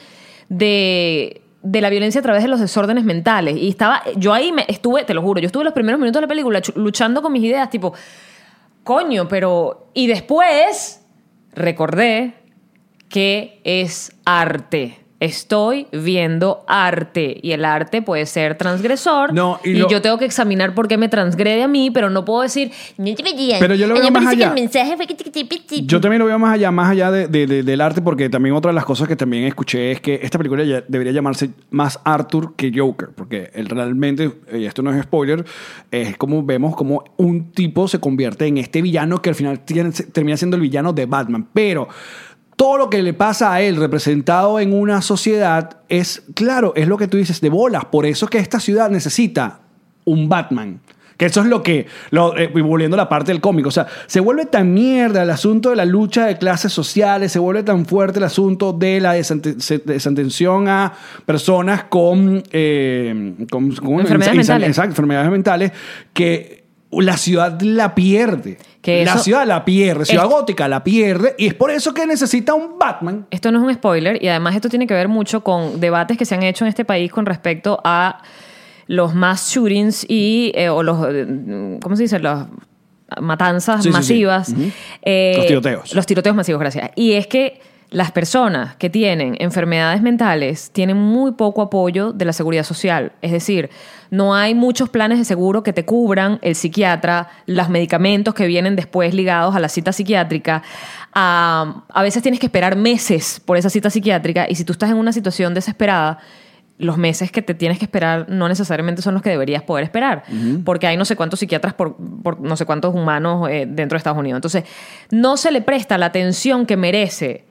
de, de la violencia a través de los desórdenes mentales. Y estaba, yo ahí me, estuve, te lo juro, yo estuve los primeros minutos de la película chu- luchando con mis ideas, tipo, coño, pero... Y después recordé que es arte. Estoy viendo arte y el arte puede ser transgresor No, y y, lo- yo tengo que examinar por qué me transgrede a mí, pero no puedo decir... Pero yo lo veo más allá. Yo Yo también lo veo más allá, más allá de- de- de- del arte, porque también otra de las cosas que también escuché es que esta película ya debería llamarse más Arthur que Joker, porque él realmente, eh, y esto no es spoiler, es como vemos como un tipo se convierte en este villano que al final tiene- se- termina siendo el villano de Batman. Pero todo lo que le pasa a él representado en una sociedad es, claro, es lo que tú dices, de bolas. Por eso es que esta ciudad necesita un Batman. Que eso es lo que, lo, eh, y volviendo a la parte del cómic, o sea, se vuelve tan mierda el asunto de la lucha de clases sociales, se vuelve tan fuerte el asunto de la desante- se- desatención a personas con, eh, con, con- Enfermedades insa- mentales. exacto, enfermedades mentales, que la ciudad la pierde. Que la eso- ciudad la pierde, Ciudad Es- Gótica la pierde, y es por eso que necesita un Batman. Esto no es un spoiler y además esto tiene que ver mucho con debates que se han hecho en este país con respecto a los mass shootings y eh, o los eh, ¿cómo se dice? las matanzas Sí, sí, sí. masivas. Ujú. Eh, Los tiroteos. Los tiroteos masivos, gracias. Y es que las personas que tienen enfermedades mentales tienen muy poco apoyo de la seguridad social. Es decir, no hay muchos planes de seguro que te cubran el psiquiatra, los medicamentos que vienen después ligados a la cita psiquiátrica. Ah, a veces tienes que esperar meses por esa cita psiquiátrica y si tú estás en una situación desesperada, los meses que te tienes que esperar no necesariamente son los que deberías poder esperar, porque hay no sé cuántos psiquiatras por, por no sé cuántos humanos eh, dentro de Estados Unidos. Entonces, no se le presta la atención que merece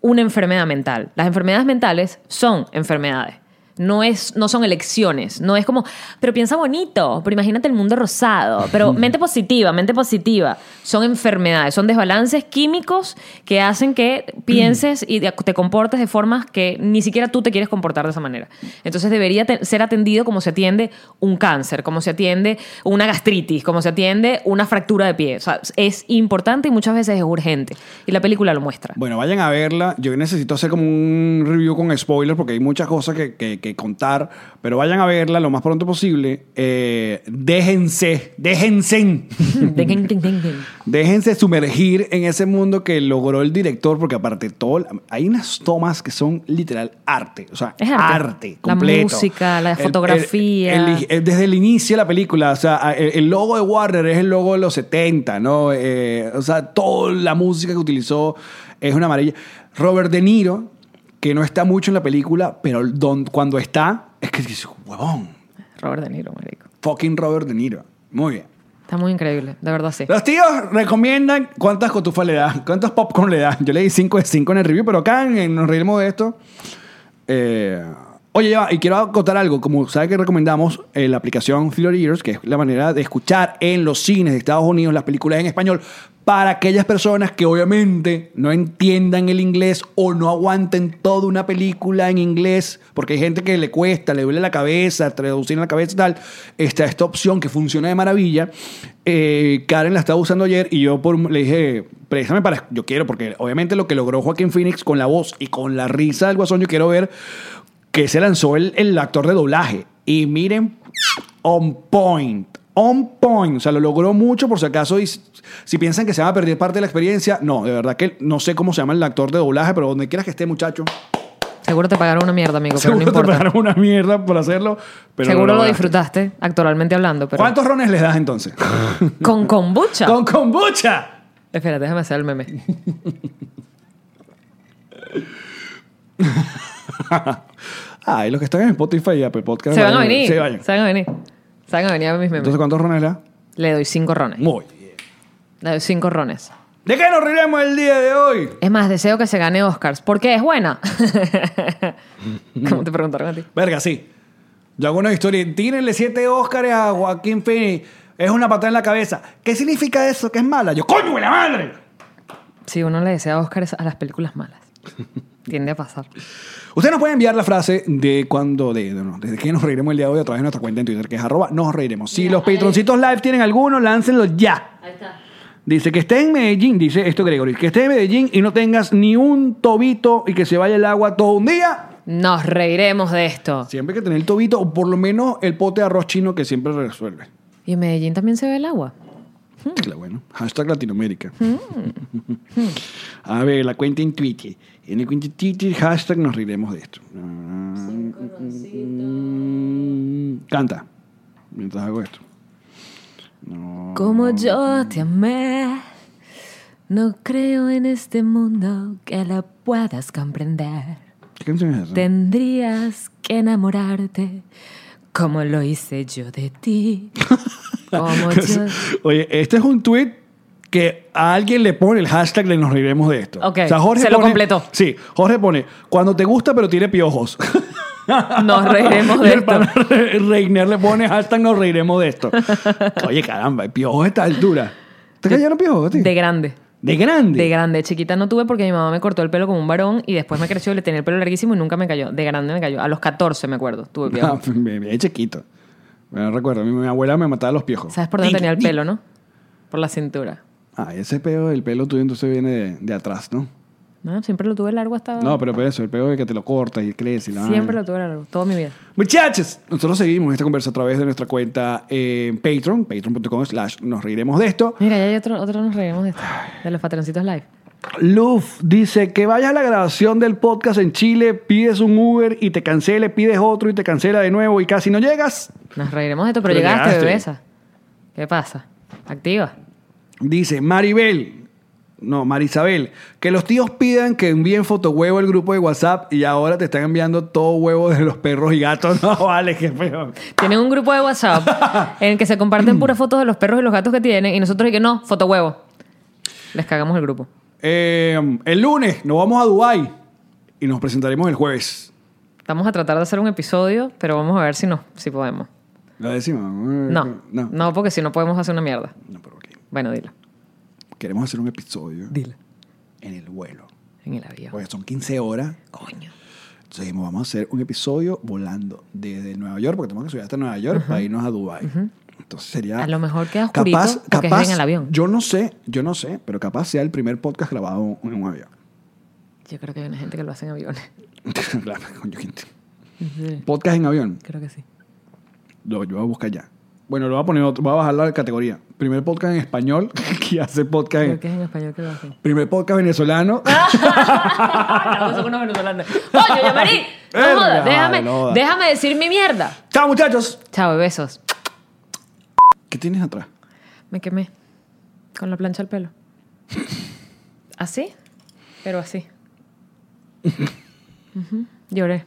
una enfermedad mental. Las enfermedades mentales son enfermedades. No, es, no son elecciones, no es como, pero piensa bonito, pero imagínate el mundo rosado, pero mente positiva, mente positiva. Son enfermedades, son desbalances químicos que hacen que pienses y de- te comportes de formas que ni siquiera tú te quieres comportar de esa manera. Entonces debería te- ser atendido como se atiende un cáncer, como se atiende una gastritis, como se atiende una fractura de pie. O sea, es importante y muchas veces es urgente. Y la película lo muestra. Bueno, vayan a verla. Yo necesito hacer como un review con spoilers porque hay muchas cosas que, que- que contar. Pero vayan a verla lo más pronto posible. Eh, déjense, déjense. Ding, ding, ding, ding. Déjense sumergir en ese mundo que logró el director, porque aparte de todo, hay unas tomas que son literal arte, o sea, Es arte, arte. La completo. música, la El- el- fotografía. el- el- desde el inicio de la película, o sea, el, el logo de Warner es el logo de los 70, ¿no? Eh, o sea, toda la música que utilizó es una amarilla. Robert De Niro, que no está mucho en la película, pero don- cuando está, es que dice, huevón, Robert De Niro, marico. fucking Robert De Niro. Muy bien. Está muy increíble, de verdad sí. Los tíos recomiendan cuántas cotufas le dan, cuántos popcorn le dan. Yo le di 5 de 5 en el review, pero acá en- en nos reiremos de esto. Eh, oye, ya va, y quiero acotar algo. Como sabe que recomendamos eh, la aplicación Theater Ears, que es la manera de escuchar en los cines de Estados Unidos las películas en español, para aquellas personas que obviamente no entiendan el inglés o no aguanten toda una película en inglés, porque hay gente que le cuesta, le duele la cabeza, traducir en la cabeza y tal. Está esta opción que funciona de maravilla. Eh, Karen la estaba usando ayer y yo por, le dije, préstame para. Yo quiero, porque obviamente lo que logró Joaquín Phoenix con la voz y con la risa del guasón, yo quiero ver que se lanzó el, el actor de doblaje. Y miren, on point. On point, o sea, lo logró mucho por si acaso y si, si piensan que se va a perder parte de la experiencia, no, de verdad que no sé cómo se llama el actor de doblaje, pero donde quieras que esté muchacho, Seguro te pagaron una mierda, amigo, pero no seguro te importa. pagaron una mierda por hacerlo, pero Seguro lo lograste. disfrutaste, actoralmente hablando, pero... ¿Cuántos rones les das entonces? Con kombucha. Con kombucha. Espera, déjame hacer el meme. Ah, y los que están en Spotify y Apple Podcast. Se van a venir. Se vayan. Se van a venir. Se van a venir a ver mis memes. Entonces, ¿cuántos rones le da? Le doy cinco rones. Muy bien. Le doy cinco rones. ¿De qué nos reiremos el día de hoy? Es más, deseo que se gane Oscars. ¿Por qué? ¿Es buena? ¿Cómo te preguntaron a ti? Verga, sí. Yo hago una historia. Tírenle siete Óscares a Joaquín Phoenix. Es una patada en la cabeza. ¿Qué significa eso? ¿Que es mala? Yo, coño, de la madre. Sí, uno le desea Oscars a las películas malas. Tiende a pasar. Usted nos puede enviar la frase de cuando, de, de- no, desde que nos reiremos el día de hoy a través de nuestra cuenta en Twitter, que es arroba nos reiremos. Si los patroncitos live tienen alguno, láncenlo ya. Ahí está. Dice que esté en Medellín, dice esto Gregory, que esté en Medellín y no tengas ni un tobito y que se vaya el agua todo un día. Nos reiremos de esto. Siempre hay que tener el tobito o por lo menos el pote de arroz chino que siempre resuelve. Y en Medellín también se ve el agua. Mm. Claro, bueno. Hashtag Latinoamérica. A ver, la cuenta en Twitter. En el cuenta en Twitter, hashtag nos reiremos de esto. Canta. Mientras hago esto. Como yo te amé, no creo en este mundo que la puedas comprender. ¿Qué canción es esa? Tendrías que enamorarte como lo hice yo de ti. Como yo. Oye, este es un tweet que a alguien le pone el hashtag de nos reiremos de esto. Ok, se lo pone- completó. Sí, Jorge pone, cuando te gusta pero tiene piojos. Nos reiremos Y de el esto. pana Re- Reiner le pone hashtag nos reiremos de esto. Oye, caramba, el piojo a esta altura. ¿Te cayeron piojos a ti? De grande. De grande. De grande. Chiquita no tuve porque mi mamá me cortó el pelo como un varón y después me creció y le tenía el pelo larguísimo y nunca me cayó. De grande me cayó. A los 14 me acuerdo. Tuve piojo. Ah, bien, bien chiquito. Bueno, recuerdo, mi, mi abuela me mataba los piojos. ¿Sabes por dónde Tic, tenía el tic. pelo, no? Por la cintura. Ah, ese peo del pelo tuyo entonces viene de, de atrás, ¿no? No, siempre lo tuve largo hasta... No, pero por eso, el peo de que te lo cortas y crece. y la Siempre vaina. lo tuve largo. Toda mi vida. Muchachos, nosotros seguimos esta conversa a través de nuestra cuenta en Patreon, patreon.com slash nos reiremos de esto. Mira, ya hay otro, otro nos reiremos de esto. De los patroncitos live. Luf dice que vayas a la grabación del podcast en Chile, pides un Uber y te cancele, pides otro y te cancela de nuevo y casi no llegas. Nos reiremos de esto, pero, Pero llegaste, llegaste. bebesa. ¿Qué pasa? Activa. Dice Maribel, no, Marisabel, que los tíos pidan que envíen fotohuevo al grupo de WhatsApp y ahora te están enviando todo huevo de los perros y gatos. No, vale, qué feo. Tienen un grupo de WhatsApp en el que se comparten puras fotos de los perros y los gatos que tienen y nosotros y que no, foto huevo. Les cagamos el grupo. Eh, el lunes nos vamos a Dubai y nos presentaremos el jueves. Vamos a tratar de hacer un episodio, pero vamos a ver si no, si podemos. Lo decimos. No, No, no, porque si no podemos hacer una mierda. No, pero ok. Bueno, dilo. Queremos hacer un episodio Dilo. en el vuelo. En el avión. Porque son 15 horas Coño. Entonces dijimos, vamos a hacer un episodio volando desde Nueva York, porque tenemos que subir hasta Nueva York para irnos a Dubái. Entonces sería... A lo mejor queda oscurito porque es en el avión. Yo no sé, yo no sé, pero capaz sea el primer podcast grabado en un avión. Yo creo que hay una gente que lo hace en aviones. Claro, coño, gente. Podcast en avión, Creo que sí. lo, yo voy a buscar ya. Bueno, lo voy a poner otro, voy a bajar la categoría. Primer podcast en español, que hace podcast en- Creo que es en español que lo hacen. Primer podcast venezolano. Ah. Estamos con unos venezolanos. Coño, Yamarí, no Verga, jodas, déjame, no jodas. déjame decir mi mierda. Chao, muchachos. Chao, besos. ¿Qué tienes atrás? Me quemé con la plancha al pelo. Así, pero así. Ujú, Lloré.